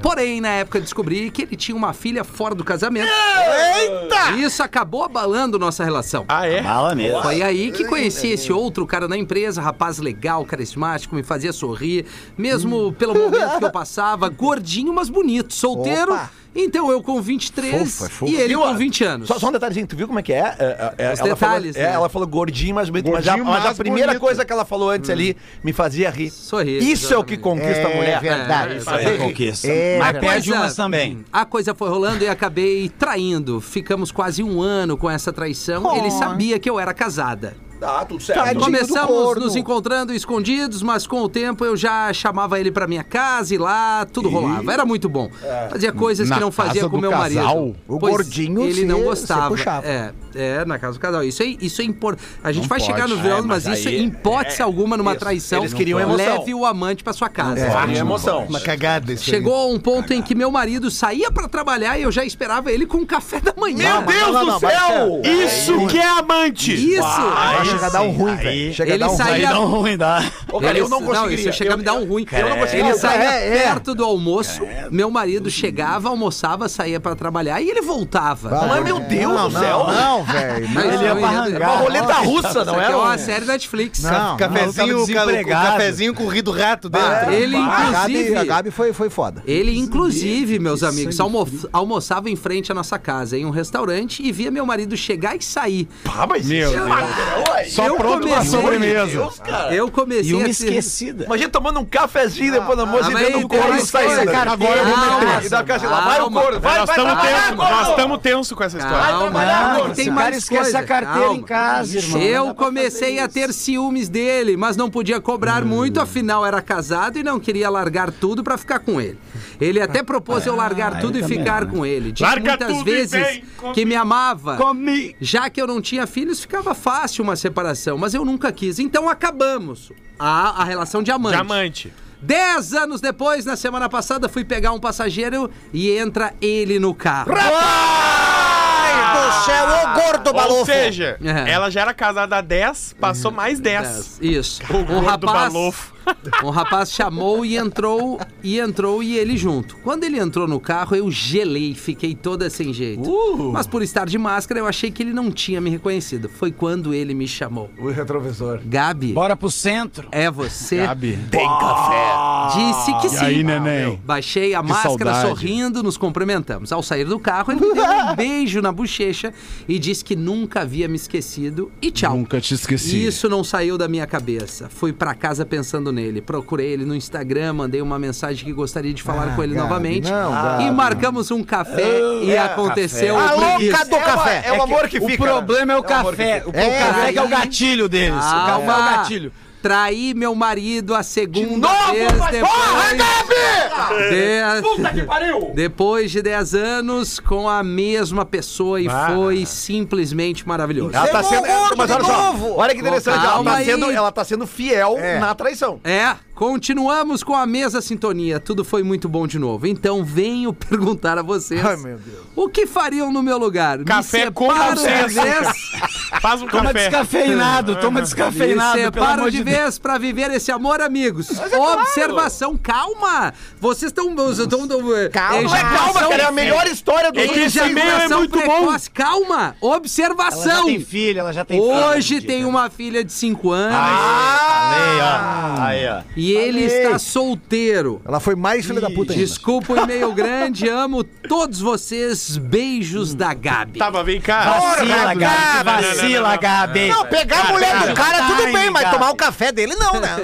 Speaker 3: porém, na época descobri que ele tinha uma filha fora do casamento. Eita! Isso acabou abalando nossa relação.
Speaker 8: Ah, é?
Speaker 6: Fala mesmo.
Speaker 3: Foi aí que conheci esse outro cara na empresa, rapaz legal, carismático, me fazia sorrir,
Speaker 4: Hum.
Speaker 3: mesmo pelo momento que eu passava, gordinho, mas bonito, solteiro.
Speaker 4: Opa. é
Speaker 3: Então eu com 23 e ele
Speaker 4: Viu,
Speaker 3: com
Speaker 4: ó?
Speaker 3: 20 anos.
Speaker 4: Só, só um detalhezinho, tu viu como é que é? É, é, é,
Speaker 3: Os
Speaker 4: ela
Speaker 3: detalhes,
Speaker 4: Falou, é,
Speaker 3: né?
Speaker 4: ela falou gordinho, mas bonito. mas,
Speaker 7: Gordinho,
Speaker 4: a- mas a
Speaker 7: mas
Speaker 4: primeira
Speaker 7: bonito.
Speaker 4: coisa que ela falou antes ali me fazia rir.
Speaker 3: Sorrir,
Speaker 4: Isso é o
Speaker 3: Hum. exatamente.
Speaker 4: que conquista a mulher.
Speaker 3: É,
Speaker 5: verdade.
Speaker 3: isso
Speaker 6: É conquista.
Speaker 5: É,
Speaker 6: Mas
Speaker 5: cara.
Speaker 6: perde
Speaker 3: Coisa-
Speaker 6: umas também.
Speaker 3: A coisa foi rolando e acabei traindo. Ficamos quase um ano com essa traição.
Speaker 4: Oh.
Speaker 3: Ele sabia que eu era casada.
Speaker 4: Tá, tudo certo.
Speaker 5: Tadinho. do
Speaker 3: É Começamos
Speaker 5: corno.
Speaker 3: nos encontrando escondidos, mas com o tempo eu já chamava ele pra minha casa e lá tudo rolava. Era muito bom. Fazia coisas que
Speaker 7: Na
Speaker 3: não fazia
Speaker 7: casa
Speaker 3: com
Speaker 7: do
Speaker 3: meu
Speaker 7: casal?
Speaker 3: marido.
Speaker 5: é. O
Speaker 3: Pois
Speaker 5: gordinho
Speaker 3: ele
Speaker 5: se-
Speaker 3: não
Speaker 5: se
Speaker 3: gostava.
Speaker 5: puxava.
Speaker 3: É, é, na casa do casal. Isso é, isso é importante. A gente vai chegar no verão, mas, isso em hipótese alguma numa traição.
Speaker 4: Eles queriam emoção.
Speaker 3: leve o amante pra sua casa.
Speaker 4: Parte de
Speaker 3: É.
Speaker 4: emoção.
Speaker 11: Uma cagada isso
Speaker 3: Chegou a um ponto em que meu marido saía pra trabalhar e eu já esperava ele com o café da manhã.
Speaker 4: Meu Deus do céu!
Speaker 8: Isso que é amante!
Speaker 3: Isso!
Speaker 5: Vai chegar a dar um ruim, velho. Chega a
Speaker 3: Ele
Speaker 5: dar um ruim.
Speaker 6: Aí
Speaker 3: saía
Speaker 6: dá um ruim, dá.
Speaker 4: Ô, cara,
Speaker 3: Ele-
Speaker 4: eu não
Speaker 3: isso
Speaker 4: conseguiria.
Speaker 3: ia chegar a me dar um ruim. ele
Speaker 4: É,
Speaker 3: saía
Speaker 5: é, é.
Speaker 3: perto do almoço, meu marido chegava, almoçava, saía pra trabalhar e ele voltava.
Speaker 4: Mas, meu Deus
Speaker 5: não,
Speaker 4: do
Speaker 5: não,
Speaker 4: céu!
Speaker 5: Não, velho.
Speaker 3: Mas
Speaker 6: Ele ia
Speaker 3: não,
Speaker 6: pra
Speaker 3: isso
Speaker 6: arrancar.
Speaker 4: É Uma roleta russa,
Speaker 3: aqui
Speaker 4: não era?
Speaker 3: é
Speaker 4: um-
Speaker 3: uma série Netflix.
Speaker 5: Não,
Speaker 11: Cafezinho,
Speaker 6: Não, eu tava
Speaker 11: o
Speaker 6: desempregado. Ah.
Speaker 11: cafezinho com o ri do rato dele.
Speaker 4: É.
Speaker 3: Ele,
Speaker 5: A Gabi, a
Speaker 3: inclusive...
Speaker 5: Gabi foi, foi foda.
Speaker 3: Ele, inclusive, meus amigos, almo- almoçava em frente à nossa casa, em um restaurante, e via meu marido chegar e sair.
Speaker 4: Ah, mas
Speaker 7: Meu
Speaker 4: isso é- Ué,
Speaker 7: Só
Speaker 3: Eu
Speaker 7: pronto pra
Speaker 3: comecei-
Speaker 7: sobremesa.
Speaker 4: Deus, cara.
Speaker 3: Eu comecei
Speaker 6: E um uma
Speaker 3: a ser-
Speaker 6: esquecida.
Speaker 4: Imagina tomando um cafezinho depois do almoço e
Speaker 3: mas
Speaker 4: vendo
Speaker 3: aí
Speaker 4: um
Speaker 3: tem
Speaker 4: corno
Speaker 3: mais
Speaker 4: saindo.
Speaker 3: coisa, cara.
Speaker 4: Agora eu vou
Speaker 3: Calma.
Speaker 4: meter. E dá aquela assim, Lá vai o
Speaker 3: Calma.
Speaker 4: corno, vai,
Speaker 8: nós
Speaker 4: vai,
Speaker 8: estamos
Speaker 4: vai,
Speaker 8: tenso, nós estamos tenso com essa história.
Speaker 3: Calma,
Speaker 6: Não,
Speaker 3: que
Speaker 6: esse
Speaker 3: tem
Speaker 6: cara
Speaker 3: mais
Speaker 6: esquece
Speaker 3: coisa.
Speaker 6: a carteira
Speaker 3: Calma.
Speaker 6: em casa, irmão.
Speaker 3: Eu comecei a ter ciúmes dele, mas não podia
Speaker 6: Hum.
Speaker 3: cobrar muito, afinal era casado e não queria largar tudo pra ficar com ele. Ele até propôs eu largar tudo e
Speaker 6: também,
Speaker 3: ficar
Speaker 6: né?
Speaker 3: com ele. Disse
Speaker 8: Larga
Speaker 3: muitas
Speaker 8: tudo e
Speaker 3: vezes
Speaker 8: vem comigo.
Speaker 3: que me amava.
Speaker 6: Comi.
Speaker 3: Já que eu não tinha filhos, ficava fácil uma separação, mas eu nunca quis. Então acabamos a, a relação de amante.
Speaker 8: Diamante.
Speaker 3: Dez anos depois, na semana passada, fui pegar um passageiro e entra ele no carro.
Speaker 5: Ai, do céu, ô gordo
Speaker 8: Ou
Speaker 5: balofo.
Speaker 8: seja,
Speaker 3: É. Uhum.
Speaker 8: ela já era casada há 10, passou mais 10.
Speaker 3: Isso.
Speaker 8: O
Speaker 3: um
Speaker 8: gordo
Speaker 3: rapaz
Speaker 8: balofo.
Speaker 3: Um rapaz chamou e entrou, e entrou e ele junto. Quando ele entrou no carro, eu gelei, fiquei toda sem jeito.
Speaker 7: Uh.
Speaker 3: Mas por estar de máscara, eu achei que ele não tinha me reconhecido. Foi quando ele me chamou.
Speaker 4: O retrovisor.
Speaker 3: Gabi,
Speaker 6: Bora pro centro.
Speaker 3: é você?
Speaker 4: Tem café.
Speaker 3: Disse que sim.
Speaker 7: aí, neném?
Speaker 3: Baixei a máscara
Speaker 7: saudade.
Speaker 3: sorrindo, nos cumprimentamos. Ao sair do carro, ele me deu um beijo na bochecha e disse que nunca havia me esquecido e tchau.
Speaker 7: Nunca te esqueci.
Speaker 3: Isso não saiu da minha cabeça. Fui pra casa pensando nele. Procurei ele no Instagram, mandei uma mensagem que gostaria de falar com ele novamente. e marcamos um café e aconteceu
Speaker 5: A
Speaker 3: o previsto.
Speaker 5: louca do café.
Speaker 4: É o amor que
Speaker 6: O
Speaker 4: fica. né?
Speaker 6: problema é o café. O café que é o gatilho deles. O café é o
Speaker 3: Calma.
Speaker 6: gatilho.
Speaker 3: Traí meu marido a segunda
Speaker 4: novo,
Speaker 3: vez
Speaker 4: mas-
Speaker 3: depois...
Speaker 4: Porra, Gabi!
Speaker 3: De- Depois de 10 anos com a mesma pessoa e foi simplesmente maravilhoso.
Speaker 4: Ela tá
Speaker 5: Você é
Speaker 4: sendo.
Speaker 5: gordo
Speaker 4: Mas olha
Speaker 5: de
Speaker 4: só.
Speaker 5: novo.
Speaker 4: Olha que interessante. Ela
Speaker 3: Calma
Speaker 4: tá,
Speaker 3: aí.
Speaker 4: sendo, ela tá sendo fiel na traição.
Speaker 3: É, continuamos com a mesma sintonia. Tudo foi muito bom de novo. Então venho perguntar a vocês.
Speaker 5: Ai, meu Deus.
Speaker 3: O que fariam no meu lugar?
Speaker 8: Café com
Speaker 3: separo
Speaker 8: consenso. Faz um
Speaker 6: Toma
Speaker 8: café.
Speaker 6: descafeinado, toma
Speaker 3: Me
Speaker 6: descafeinado, pelo
Speaker 3: separo
Speaker 6: amor
Speaker 3: de
Speaker 6: de Deus.
Speaker 3: vez pra viver esse amor, amigos. Observação, calma. Vocês eh, estão...
Speaker 5: Calma.
Speaker 3: Calma,
Speaker 4: Calma, cara, é a melhor história do
Speaker 8: É que esse e-mail é muito bom.
Speaker 3: precoce. Calma,
Speaker 6: Ela já
Speaker 3: observação.
Speaker 6: tem filha, ela já tem
Speaker 3: Hoje
Speaker 6: filha.
Speaker 3: tem uma filha de 5 anos
Speaker 6: Aí, ó. Aí, ó.
Speaker 3: e ele está solteiro.
Speaker 5: Ela foi mais filha da puta ainda.
Speaker 3: Desculpa o e-mail grande, amo todos vocês. Beijos da Gabi.
Speaker 8: Tava, vem cá.
Speaker 6: Vacila, Gabi. Vacila, Gabi.
Speaker 5: Não, pegar a mulher do cara, tudo
Speaker 6: Ai,
Speaker 5: bem, mas
Speaker 6: cara.
Speaker 5: tomar o café dele não, né?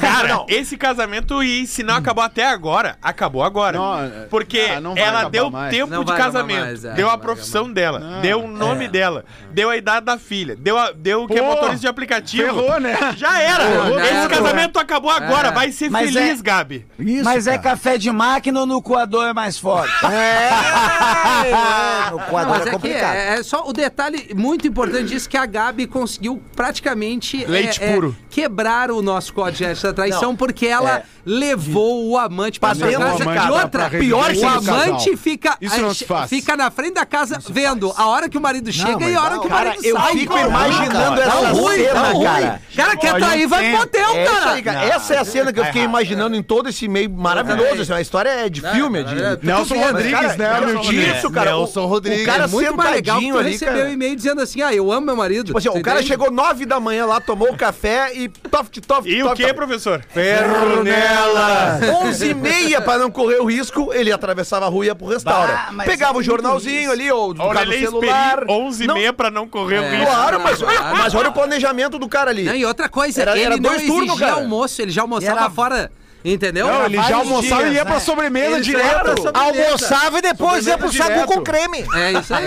Speaker 8: Cara, esse casamento, e se não acabou até agora, acabou agora.
Speaker 7: Não, é-
Speaker 8: Porque
Speaker 7: Ah, não vai
Speaker 8: ela
Speaker 7: acabar
Speaker 8: deu
Speaker 7: mais. Ah, é.
Speaker 8: tempo
Speaker 3: Não
Speaker 8: de
Speaker 3: vai acabar
Speaker 8: casamento,
Speaker 3: mais, é,
Speaker 8: deu
Speaker 3: não
Speaker 8: a
Speaker 3: vai
Speaker 8: profissão dela, deu o nome dela, deu a idade da filha, deu, a- deu o que é
Speaker 7: Pô,
Speaker 8: motorista de aplicativo.
Speaker 7: ferrou, né?
Speaker 8: Já era.
Speaker 3: Ferrou,
Speaker 8: Esse
Speaker 3: já era.
Speaker 8: casamento acabou agora. Vai ser
Speaker 6: Mas
Speaker 8: feliz,
Speaker 6: é-
Speaker 8: Gabi.
Speaker 6: Mas é café de máquina ou no coador é mais forte? É,
Speaker 5: É, o
Speaker 3: Não,
Speaker 5: quadro
Speaker 3: mas
Speaker 5: é
Speaker 3: é, que
Speaker 5: complicado.
Speaker 3: é- é só o detalhe muito importante disso que a Gabi conseguiu praticamente é,
Speaker 8: Leite
Speaker 3: é,
Speaker 8: puro.
Speaker 3: quebrar o nosso código de ética da traição porque ela levou o amante para sua
Speaker 4: dentro
Speaker 3: casa.
Speaker 4: de é. casa,
Speaker 3: e outra,
Speaker 7: pra
Speaker 3: pior que o
Speaker 7: residência do
Speaker 3: amante
Speaker 7: casal.
Speaker 3: fica
Speaker 7: Isso não se faz.
Speaker 3: fica na frente da casa vendo a hora que o marido chega e a hora que o
Speaker 4: cara,
Speaker 3: marido
Speaker 4: eu
Speaker 3: sai.
Speaker 4: fico imaginando
Speaker 3: Dá
Speaker 4: essa
Speaker 3: ruim,
Speaker 4: cena,
Speaker 3: dá ruim.
Speaker 4: cara.
Speaker 3: Cara, quer trair, vai pro hotel,
Speaker 4: É isso aí,
Speaker 3: cara.
Speaker 4: cara. Essa é a cena que eu fiquei imaginando em todo esse meio maravilhoso. Assim, a história é de filme, é de.
Speaker 7: Nelson Rodrigues, né, meu
Speaker 4: Isso, cara.
Speaker 11: Nelson Rodrigues.
Speaker 4: O cara
Speaker 11: É
Speaker 3: Muito mais legal que
Speaker 4: sentadinho
Speaker 3: tu
Speaker 4: ali,
Speaker 3: recebeu
Speaker 4: cara.
Speaker 3: um e-mail dizendo assim, ah, eu amo meu marido.
Speaker 4: Tipo assim, ó,
Speaker 3: Tu
Speaker 4: o cara
Speaker 3: entende?
Speaker 4: chegou 9 da manhã lá, tomou o café e toft, toft,
Speaker 8: E
Speaker 7: Então
Speaker 8: o
Speaker 4: toft,
Speaker 7: tá
Speaker 8: que, professor?
Speaker 4: Ferro nela! 11 e meia pra não correr o risco, ele atravessava a rua e ia pro
Speaker 6: Bah,
Speaker 4: restaurante.
Speaker 6: mas
Speaker 4: Pegava
Speaker 6: é
Speaker 4: o jornalzinho ali, ou
Speaker 8: Olha,
Speaker 4: ficava no
Speaker 8: ele
Speaker 4: celular.
Speaker 8: esperou 11 h 30 pra não correr o
Speaker 3: É.
Speaker 8: risco.
Speaker 4: Claro, mas,
Speaker 3: Claro.
Speaker 4: mas olha o planejamento do cara ali.
Speaker 3: Não, e outra coisa,
Speaker 4: Era-
Speaker 3: ele
Speaker 4: era
Speaker 3: não
Speaker 4: dois turnos,
Speaker 3: exigia
Speaker 4: cara.
Speaker 3: almoço, ele já almoçava
Speaker 6: Era-
Speaker 3: fora, entendeu?
Speaker 7: Não, ele já
Speaker 6: vários
Speaker 7: almoçava
Speaker 6: dias,
Speaker 7: e ia
Speaker 6: né?
Speaker 7: pra sobremesa
Speaker 3: Ele já
Speaker 7: direto.
Speaker 3: era pra sobremesa.
Speaker 5: Almoçava e depois ia pro sagu
Speaker 7: direto.
Speaker 5: com creme.
Speaker 3: É isso aí.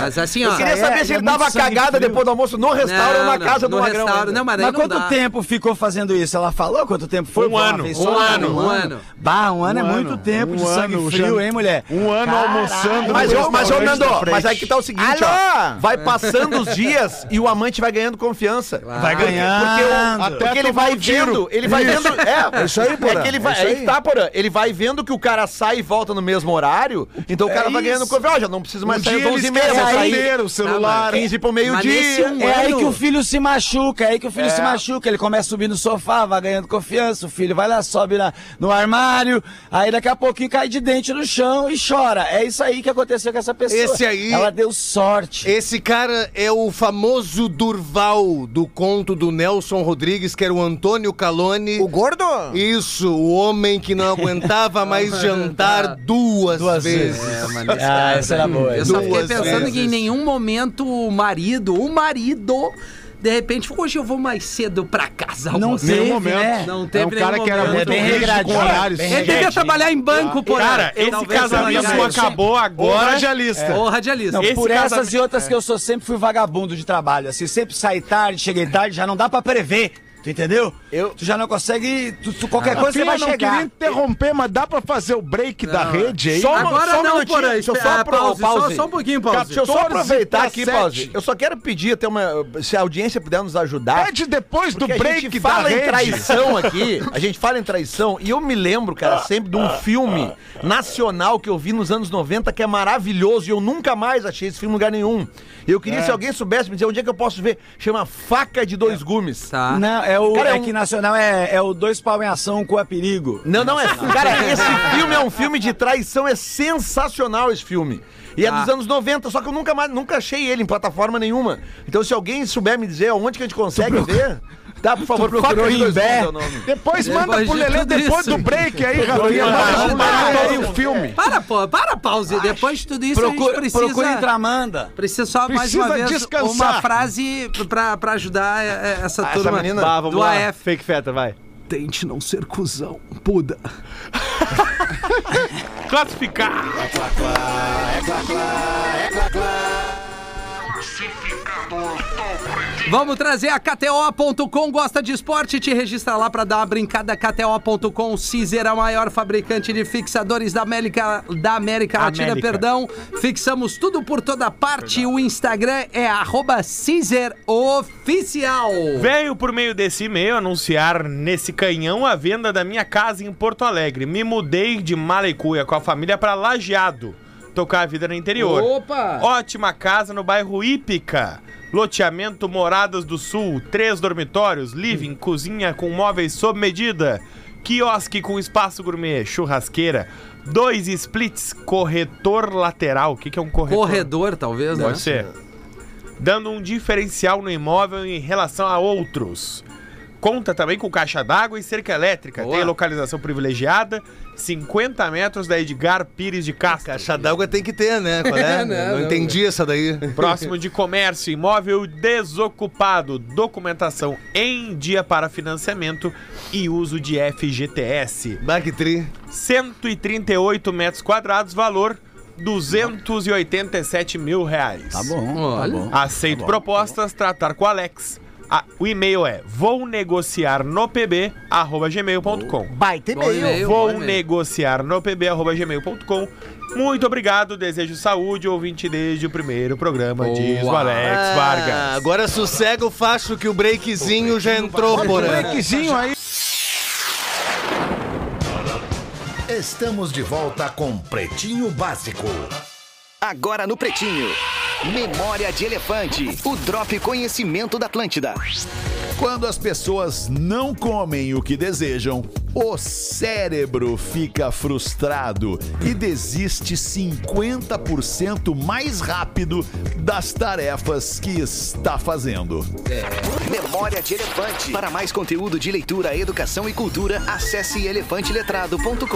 Speaker 3: Mas assim, ó...
Speaker 4: Eu queria
Speaker 6: É,
Speaker 4: saber se
Speaker 6: é
Speaker 4: ele
Speaker 6: muito
Speaker 4: dava
Speaker 6: sangue
Speaker 4: cagada
Speaker 6: frio.
Speaker 4: depois do almoço no restaurante ou na
Speaker 3: não,
Speaker 4: casa
Speaker 3: no
Speaker 4: do Magrão.
Speaker 3: restaurante,
Speaker 4: ainda.
Speaker 3: não, mas aí
Speaker 6: Mas
Speaker 3: não
Speaker 6: quanto
Speaker 3: dá.
Speaker 6: tempo ficou fazendo isso? Ela falou quanto tempo foi?
Speaker 8: Um
Speaker 6: Uma
Speaker 8: ano,
Speaker 6: vez
Speaker 8: um
Speaker 6: só?
Speaker 8: ano,
Speaker 3: um ano.
Speaker 6: Bah, um ano
Speaker 7: Um
Speaker 6: é muito
Speaker 7: ano,
Speaker 6: tempo de
Speaker 7: um
Speaker 6: sangue
Speaker 7: ano,
Speaker 6: frio,
Speaker 7: Xan-
Speaker 6: hein, mulher?
Speaker 7: Um ano almoçando.
Speaker 4: Mas,
Speaker 7: no
Speaker 4: ô, mas, ô,
Speaker 7: restaurante
Speaker 4: Nando,
Speaker 7: da frente.
Speaker 4: mas aí que tá o seguinte, ó. Vai passando os dias e o amante vai ganhando confiança.
Speaker 6: Vai ganhando.
Speaker 4: Porque, porque ele vai vendo, ele vai vendo. É,
Speaker 5: Isso aí, Porã,
Speaker 4: É que ele vai,
Speaker 5: é isso
Speaker 4: aí
Speaker 5: aí.
Speaker 4: que tá, porã. Ele vai vendo que o cara sai e volta no mesmo horário, então o cara vai ganhando confiança. Ó, já não preciso mais
Speaker 7: Um
Speaker 4: sair
Speaker 7: dia
Speaker 4: às 11
Speaker 7: eles
Speaker 4: h 30
Speaker 7: querem
Speaker 4: vou sair
Speaker 7: vender o celular.
Speaker 4: 15 pro meio-dia.
Speaker 3: um
Speaker 6: É aí
Speaker 3: ano-
Speaker 6: que o filho se machuca, é aí que o filho se machuca. Ele começa a subir no sofá, vai ganhando confiança. O filho vai lá, sobe lá no armário, aí daqui a pouquinho cai de dente no chão e chora. É isso aí que aconteceu com essa pessoa.
Speaker 11: Esse aí-
Speaker 6: Ela deu sorte.
Speaker 11: Esse cara é o famoso Durval do conto do Nelson Rodrigues, que era o Antônio Calone.
Speaker 5: O gordo?
Speaker 11: Isso, o homem que não aguentava mais jantar duas,
Speaker 6: Duas
Speaker 11: vezes.
Speaker 6: vezes.
Speaker 3: É, mano, esse
Speaker 6: Ah,
Speaker 3: cara-
Speaker 6: essa era boa.
Speaker 3: Eu só fiquei
Speaker 11: Duas
Speaker 3: pensando que em
Speaker 11: vezes.
Speaker 3: nenhum momento o marido, o marido, de repente, hoje eu vou mais cedo pra casa.
Speaker 6: Não
Speaker 3: almoçar."
Speaker 6: teve,
Speaker 7: Nenhum momento.
Speaker 6: né?
Speaker 3: Não
Speaker 7: É um
Speaker 3: teve
Speaker 7: cara
Speaker 3: nenhum
Speaker 7: que era
Speaker 3: momento.
Speaker 7: muito
Speaker 6: bem
Speaker 7: rígido
Speaker 6: regradinho,
Speaker 7: com horários.
Speaker 6: bem
Speaker 3: Ele devia trabalhar em banco, porra.
Speaker 8: Cara, esse
Speaker 3: é
Speaker 8: casamento acabou
Speaker 7: Agora
Speaker 8: agora.
Speaker 7: já lista.
Speaker 3: Ô, radialista.
Speaker 6: Não,
Speaker 8: Esse
Speaker 6: por
Speaker 8: casamento-
Speaker 6: essas e outras que eu sou sempre fui vagabundo de trabalho. Assim, sempre saí tarde, cheguei tarde, já não dá pra prever. Tu entendeu?
Speaker 4: Eu-
Speaker 6: Tu já não consegue. tu- tu- qualquer
Speaker 9: Ah,
Speaker 6: coisa É, você
Speaker 7: Fia,
Speaker 6: vai
Speaker 7: não queria
Speaker 6: chegar.
Speaker 7: interromper, mas dá pra fazer o break da rede aí?
Speaker 4: Só uma-
Speaker 3: Agora
Speaker 4: só um
Speaker 3: não,
Speaker 4: minutinho,
Speaker 3: porém.
Speaker 4: deixa eu só
Speaker 3: Ah,
Speaker 4: apro-
Speaker 3: pause, Só,
Speaker 4: pause.
Speaker 3: só um pouquinho, pause.
Speaker 4: Deixa eu só
Speaker 7: 14
Speaker 4: aproveitar
Speaker 7: pra
Speaker 4: aqui,
Speaker 7: sete.
Speaker 4: Pause. Eu só quero pedir até uma. Se a audiência puder nos ajudar.
Speaker 7: Pede depois do
Speaker 4: Porque a
Speaker 7: break
Speaker 4: gente
Speaker 7: da
Speaker 4: fala em
Speaker 7: rede.
Speaker 4: traição aqui, a gente fala em traição, e eu me lembro,
Speaker 7: Ah,
Speaker 4: cara, sempre de um filme nacional que eu vi nos anos 90 que é maravilhoso e eu nunca mais achei esse filme em lugar é nenhum. Eu queria, se alguém soubesse, me dizer onde é que eu posso ver. Chama Faca de Dois Gumes.
Speaker 3: Tá.
Speaker 6: Não,
Speaker 10: é o.
Speaker 4: Cara, é
Speaker 10: é
Speaker 4: um-
Speaker 10: que nacional é, é o Dois Pau em Ação com a Perigo.
Speaker 4: Não, não é. Cara, esse filme é um filme de traição, é sensacional esse filme. E
Speaker 3: Ah.
Speaker 4: é dos anos 90, só que eu nunca mais, nunca achei ele em plataforma nenhuma. Então se alguém souber me dizer onde que a gente consegue ver, tá, por favor, procura em Bé.
Speaker 7: Depois manda
Speaker 3: Depois
Speaker 7: pro
Speaker 3: de
Speaker 7: Lelê
Speaker 3: tudo
Speaker 7: depois
Speaker 3: isso.
Speaker 7: do break aí, Rafinha. Manda pro Lelê aí o filme.
Speaker 3: Para, pô, para, pause. Depois de tudo isso,
Speaker 10: Procura,
Speaker 3: a gente precisa.
Speaker 10: procura em Tramanda.
Speaker 3: Precisa só mais
Speaker 7: Precisa
Speaker 3: uma vez
Speaker 7: descansar.
Speaker 3: uma frase pra, pra ajudar eh, essa
Speaker 4: essa
Speaker 3: turma
Speaker 4: menina?
Speaker 9: Bah,
Speaker 3: do AF.
Speaker 9: Fake feta, vai.
Speaker 3: Tente não ser cuzão, puda.
Speaker 8: Classificar.
Speaker 3: Vamos trazer a KTO.com. Gosta de esporte? Te registra lá pra dar uma brincada. KTO.com. Cizer é o maior fabricante de fixadores da América, da América Latina.
Speaker 8: América.
Speaker 3: Perdão. Fixamos tudo por toda parte. O Instagram é arroba CizerOficial.
Speaker 8: Venho por meio desse e-mail anunciar nesse canhão a venda da minha casa em Porto Alegre. Me mudei de Malecuia com a família para Lajeado. Tocar a vida no interior.
Speaker 3: Opa!
Speaker 8: Ótima casa no bairro Ípica. Loteamento Moradas do Sul. Três dormitórios, living, cozinha com móveis sob medida. Quiosque com espaço gourmet, churrasqueira. Dois splits, corretor lateral. O que, que é um corretor?
Speaker 3: Corredor, talvez, né?
Speaker 8: Pode ser. Dando um diferencial no imóvel em relação a outros. Conta também com caixa d'água e cerca elétrica.
Speaker 3: Boa.
Speaker 8: Tem localização privilegiada, 50 metros da Edgar Pires de Castro.
Speaker 11: Caixa d'água tem que ter, né? Qual é?
Speaker 3: É, né?
Speaker 11: não,
Speaker 3: Não.
Speaker 11: entendi essa daí.
Speaker 8: Próximo de comércio, imóvel desocupado, documentação em dia para financiamento e uso de FGTS.
Speaker 11: Bactri.
Speaker 8: 138 metros quadrados, valor 287 mil reais.
Speaker 10: Tá bom.
Speaker 3: Olha.
Speaker 10: Tá bom.
Speaker 8: Aceito propostas, tratar com o Alex. Ah, o e-mail é vou negociar no pb arroba gmail.com.
Speaker 5: Baita
Speaker 3: Bom
Speaker 5: e-mail.
Speaker 3: e-mail, bom
Speaker 8: Vou um
Speaker 3: e-mail.
Speaker 8: negociar no pb arroba gmail.com. Muito obrigado, desejo saúde, ouvinte desde o primeiro programa, diz o
Speaker 3: Boa.
Speaker 8: Alex Vargas.
Speaker 11: Agora sossega o facho que o breakzinho já entrou, porém.
Speaker 7: Breakzinho aí.
Speaker 2: Estamos de volta com Pretinho Básico. Agora no Pretinho. Memória de Elefante. O Drop Conhecimento da Atlântida.
Speaker 13: Quando as pessoas não comem o que desejam, o cérebro fica frustrado e desiste 50% mais rápido das tarefas que está fazendo.
Speaker 2: Memória de Elefante. Para mais conteúdo de leitura, educação e cultura, acesse elefanteletrado.com.br.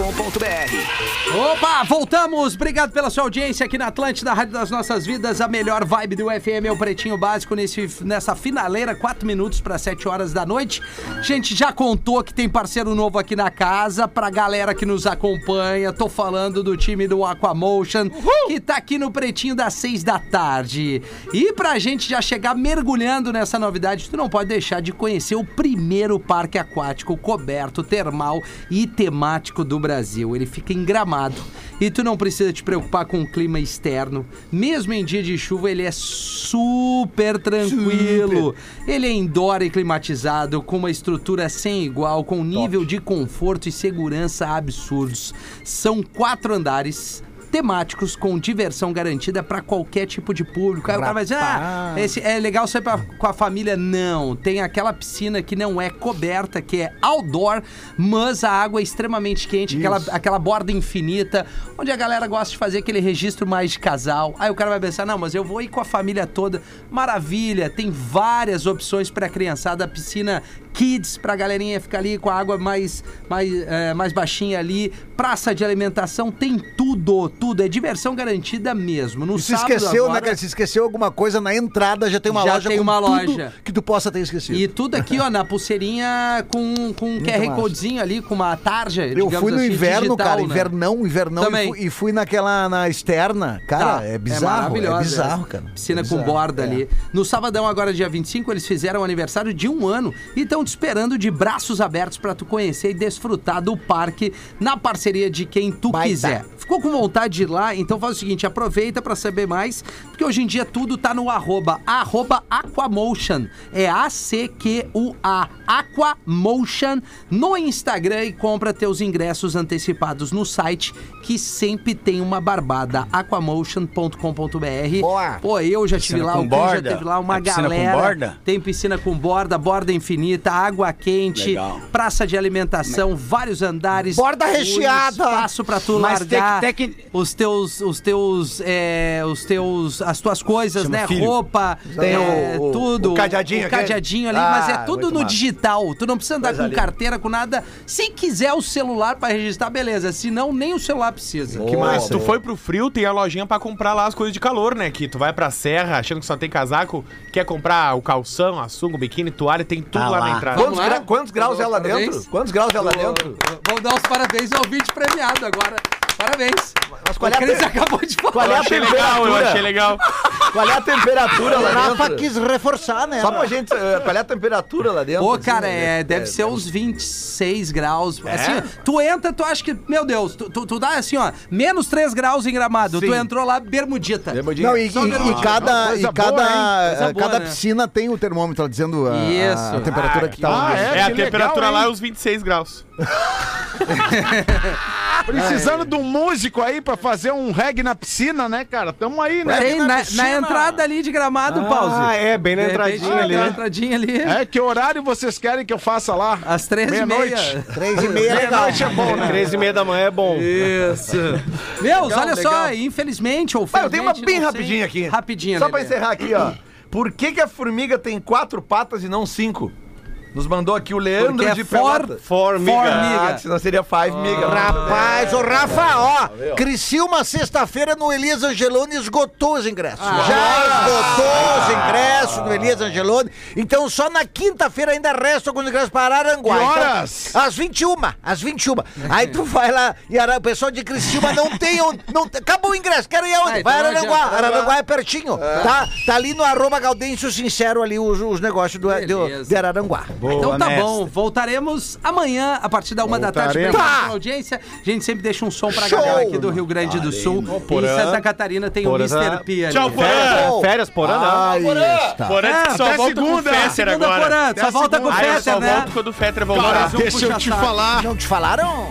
Speaker 3: Opa, voltamos! Obrigado pela sua audiência aqui na Atlântida, a Rádio das Nossas Vidas, a melhor vibe do FM é o Pretinho Básico nesse, nessa finaleira, 4 minutos para 7 horas da noite. Gente, já contou que tem parceiro novo aqui na casa, pra galera que nos acompanha, tô falando do time do Aquamotion, que tá aqui no Pretinho das 6 da tarde. E pra gente já chegar mergulhando nessa novidade, tu não pode deixar de conhecer o primeiro parque aquático coberto, termal e temático do Brasil. Ele fica em Gramado. E tu não precisa te preocupar com o clima externo. Mesmo em dia de chuva, ele é super tranquilo. Ele é indoor e climatizado, com uma estrutura sem igual, com nível de conforto e segurança absurdos. São quatro andares temáticos com diversão garantida pra qualquer tipo de público. Aí o cara vai dizer, ah, esse é legal sair pra- com a família. Não, tem aquela piscina que não é coberta, que é outdoor, mas a água é extremamente quente, aquela, aquela borda infinita, onde a galera gosta de fazer aquele registro mais de casal. Aí o cara vai pensar, não, mas eu vou ir com a família toda. Maravilha, tem várias opções pra criançada, a piscina kids pra galerinha ficar ali com a água mais, mais, eh, mais baixinha ali. Praça de alimentação tem tudo, tudo. É diversão garantida mesmo. No
Speaker 5: Se
Speaker 3: sábado
Speaker 5: esqueceu, né,
Speaker 3: agora,
Speaker 5: cara? Se esqueceu alguma coisa na entrada, já tem uma
Speaker 3: Já
Speaker 5: loja
Speaker 3: tem
Speaker 5: com
Speaker 3: uma
Speaker 5: tudo
Speaker 3: loja.
Speaker 5: que tu possa ter esquecido.
Speaker 3: E tudo aqui, ó, na pulseirinha com, com um QR
Speaker 5: massa.
Speaker 3: Codezinho ali, com uma tarja.
Speaker 5: Eu
Speaker 3: digamos
Speaker 5: fui no
Speaker 3: assim,
Speaker 5: inverno,
Speaker 3: digital,
Speaker 5: cara,
Speaker 3: né?
Speaker 5: invernão, invernão,
Speaker 3: Também.
Speaker 5: e fui, e fui naquela, na externa. Cara,
Speaker 3: Tá,
Speaker 5: é bizarro, é,
Speaker 3: maravilhosa
Speaker 5: bizarro,
Speaker 3: essa
Speaker 5: cara.
Speaker 3: Piscina
Speaker 5: É bizarro,
Speaker 3: com borda
Speaker 5: é.
Speaker 3: ali. No sabadão, agora dia 25, eles fizeram o aniversário de um ano e estão te esperando de braços abertos para tu conhecer e desfrutar do parque na parceria de quem tu
Speaker 5: Baita.
Speaker 3: quiser. Ficou com vontade de ir lá? Então faz o seguinte, aproveita para saber mais, porque hoje em dia tudo tá no arroba, arroba Aquamotion. É A-C-Q-U-A, Aquamotion no Instagram e compra teus ingressos antecipados no site, que sempre tem uma barbada, aquamotion.com.br.
Speaker 5: Boa.
Speaker 3: Pô, eu já tive
Speaker 10: Piscina
Speaker 3: lá,
Speaker 10: com
Speaker 3: o Cão já
Speaker 10: borda?
Speaker 3: teve lá, uma
Speaker 10: É piscina com
Speaker 3: galera.
Speaker 10: borda?
Speaker 3: Tem piscina com borda, borda infinita, água quente,
Speaker 10: Legal.
Speaker 3: praça de alimentação, vários andares.
Speaker 5: Borda
Speaker 3: um
Speaker 5: recheada.
Speaker 3: Espaço pra tu
Speaker 10: Mas tem que-
Speaker 3: largar
Speaker 10: tem que-
Speaker 3: os teus, os teus, é, os teus, as tuas coisas,
Speaker 10: Chama
Speaker 3: né?
Speaker 10: filho.
Speaker 3: Roupa,
Speaker 4: Tem
Speaker 3: é,
Speaker 4: o- o-
Speaker 3: tudo.
Speaker 4: o cadeadinho
Speaker 3: O
Speaker 4: aquele?
Speaker 3: cadeadinho ali,
Speaker 4: Ah,
Speaker 3: mas é tudo
Speaker 4: muito
Speaker 3: no
Speaker 4: massa.
Speaker 3: digital. Tu não precisa andar
Speaker 4: Coisa
Speaker 3: com
Speaker 4: linda.
Speaker 3: carteira, com nada. Se quiser o celular pra registrar, beleza. Se não, nem o celular precisa.
Speaker 4: Que
Speaker 8: Mas se
Speaker 4: massa.
Speaker 8: tu foi pro frio, tem a lojinha pra comprar lá as coisas de calor, né? Que tu vai pra serra achando que só tem casaco, quer comprar o calção, a sunga, o biquíni, toalha, tem tudo
Speaker 10: Ah,
Speaker 8: lá,
Speaker 10: lá.
Speaker 8: na entrada.
Speaker 4: Quantos,
Speaker 3: Vamos lá?
Speaker 4: gra- quantos graus
Speaker 3: Vamos
Speaker 4: ela
Speaker 3: lá, parabéns.
Speaker 4: dentro? Quantos graus ela dentro?
Speaker 3: Vamos dar os parabéns ao vídeo premiado agora. Parabéns. Mas
Speaker 4: qual é a
Speaker 3: Cris
Speaker 4: te-
Speaker 3: acabou de falar.
Speaker 4: Qual é
Speaker 8: Eu
Speaker 4: a
Speaker 8: achei legal, eu
Speaker 4: temperatura?
Speaker 8: achei legal.
Speaker 4: Qual é a temperatura
Speaker 5: O
Speaker 4: lá
Speaker 5: Rafa
Speaker 4: dentro?
Speaker 5: quis reforçar, né?
Speaker 4: Só pra gente. eh, Qual é a temperatura lá dentro?
Speaker 3: Pô,
Speaker 4: assim,
Speaker 3: cara,
Speaker 4: né?
Speaker 3: é, deve ser uns 26 graus.
Speaker 9: É?
Speaker 3: Assim, tu entra, tu acha que, meu Deus, tu, tu, tu dá assim, ó, menos 3 graus em gramado. Tu entrou lá, bermudita.
Speaker 4: Bermudinha.
Speaker 5: Não, e,
Speaker 3: Só
Speaker 5: e- e
Speaker 3: bermudinha.
Speaker 5: cada,
Speaker 7: Coisa
Speaker 5: e cada,
Speaker 7: boa, hein?
Speaker 3: Coisa boa,
Speaker 5: cada
Speaker 3: né?
Speaker 5: piscina tem o termômetro dizendo a,
Speaker 3: Isso.
Speaker 5: a temperatura que tá lá.
Speaker 7: Ah,
Speaker 5: dentro.
Speaker 8: É,
Speaker 7: é,
Speaker 8: a
Speaker 7: que
Speaker 8: temperatura
Speaker 7: legal,
Speaker 8: lá é
Speaker 7: hein?
Speaker 8: uns 26 graus.
Speaker 7: Precisando de um músico aí pra fazer um reggae na piscina, né, cara? Tamo aí, né?
Speaker 3: Tem na, na entrada ali de gramado, Pause.
Speaker 9: é Ah, é, bem na
Speaker 3: De repente,
Speaker 9: entradinha ali,
Speaker 3: Na
Speaker 9: né?
Speaker 3: entradinha ali.
Speaker 7: É, que horário vocês querem que eu faça lá?
Speaker 3: Às 13h30.
Speaker 7: Meia-noite.
Speaker 5: Três e meia é legal.
Speaker 7: Meia-noite é bom, né?
Speaker 9: Três e meia da manhã é bom.
Speaker 3: Isso. Meus, olha só, infelizmente ou
Speaker 4: Ah, eu tenho uma
Speaker 3: felizmente,
Speaker 4: bem
Speaker 3: não sei.
Speaker 4: rapidinha aqui.
Speaker 3: Rapidinha,
Speaker 4: Só pra
Speaker 3: Lelê.
Speaker 4: encerrar aqui, ó. Por que, que a formiga tem quatro patas e não cinco? Nos mandou aqui o Leandro
Speaker 3: Porque é
Speaker 4: de
Speaker 3: for-
Speaker 4: Pelota.
Speaker 9: Formiga.
Speaker 4: Ah, senão seria five miga.
Speaker 5: Rapaz, ô Rafa, ó, Criciúma sexta-feira no Elias Angeloni esgotou os ingressos.
Speaker 3: Ah.
Speaker 5: Já esgotou os ingressos no Elias Angeloni. Então só na quinta-feira ainda restam alguns ingressos para Aranguá.
Speaker 7: Que
Speaker 5: Então,
Speaker 7: horas?
Speaker 5: às 21, às 21. Aí tu vai lá e Ara- o pessoal de Criciúma não tem onde, não, acabou o ingresso, quero ir
Speaker 3: Ah,
Speaker 5: aonde?
Speaker 3: então
Speaker 5: Vai
Speaker 3: não
Speaker 5: Aranguá,
Speaker 3: adianta.
Speaker 5: Aranguá é pertinho. Tá, tá ali no arroba Gaudêncio Sincero ali os, os negócios do, do,
Speaker 3: Beleza.
Speaker 5: de Araranguá.
Speaker 3: Então tá
Speaker 10: mestre.
Speaker 3: bom, voltaremos amanhã, a partir da uma da tarde, pra
Speaker 7: Voltaremos.
Speaker 3: tá. audiência. A gente sempre deixa um som pra
Speaker 5: Show!
Speaker 3: galera aqui do Rio Grande do Sul. E em Santa Catarina tem o
Speaker 9: Porã.
Speaker 3: Mr. P. ali.
Speaker 8: Tchau, Porã!
Speaker 9: Férias, férias por ano.
Speaker 5: Aí está.
Speaker 8: Porã disse que
Speaker 3: É, até
Speaker 8: só volta com o
Speaker 7: segunda.
Speaker 8: Fetter
Speaker 3: Segunda,
Speaker 8: agora.
Speaker 3: Porã, só volta com o
Speaker 8: Ah, eu só
Speaker 3: Fetter, né?
Speaker 8: volto quando o Fetter voltar.
Speaker 3: deixa eu te falar.
Speaker 5: Não te falaram?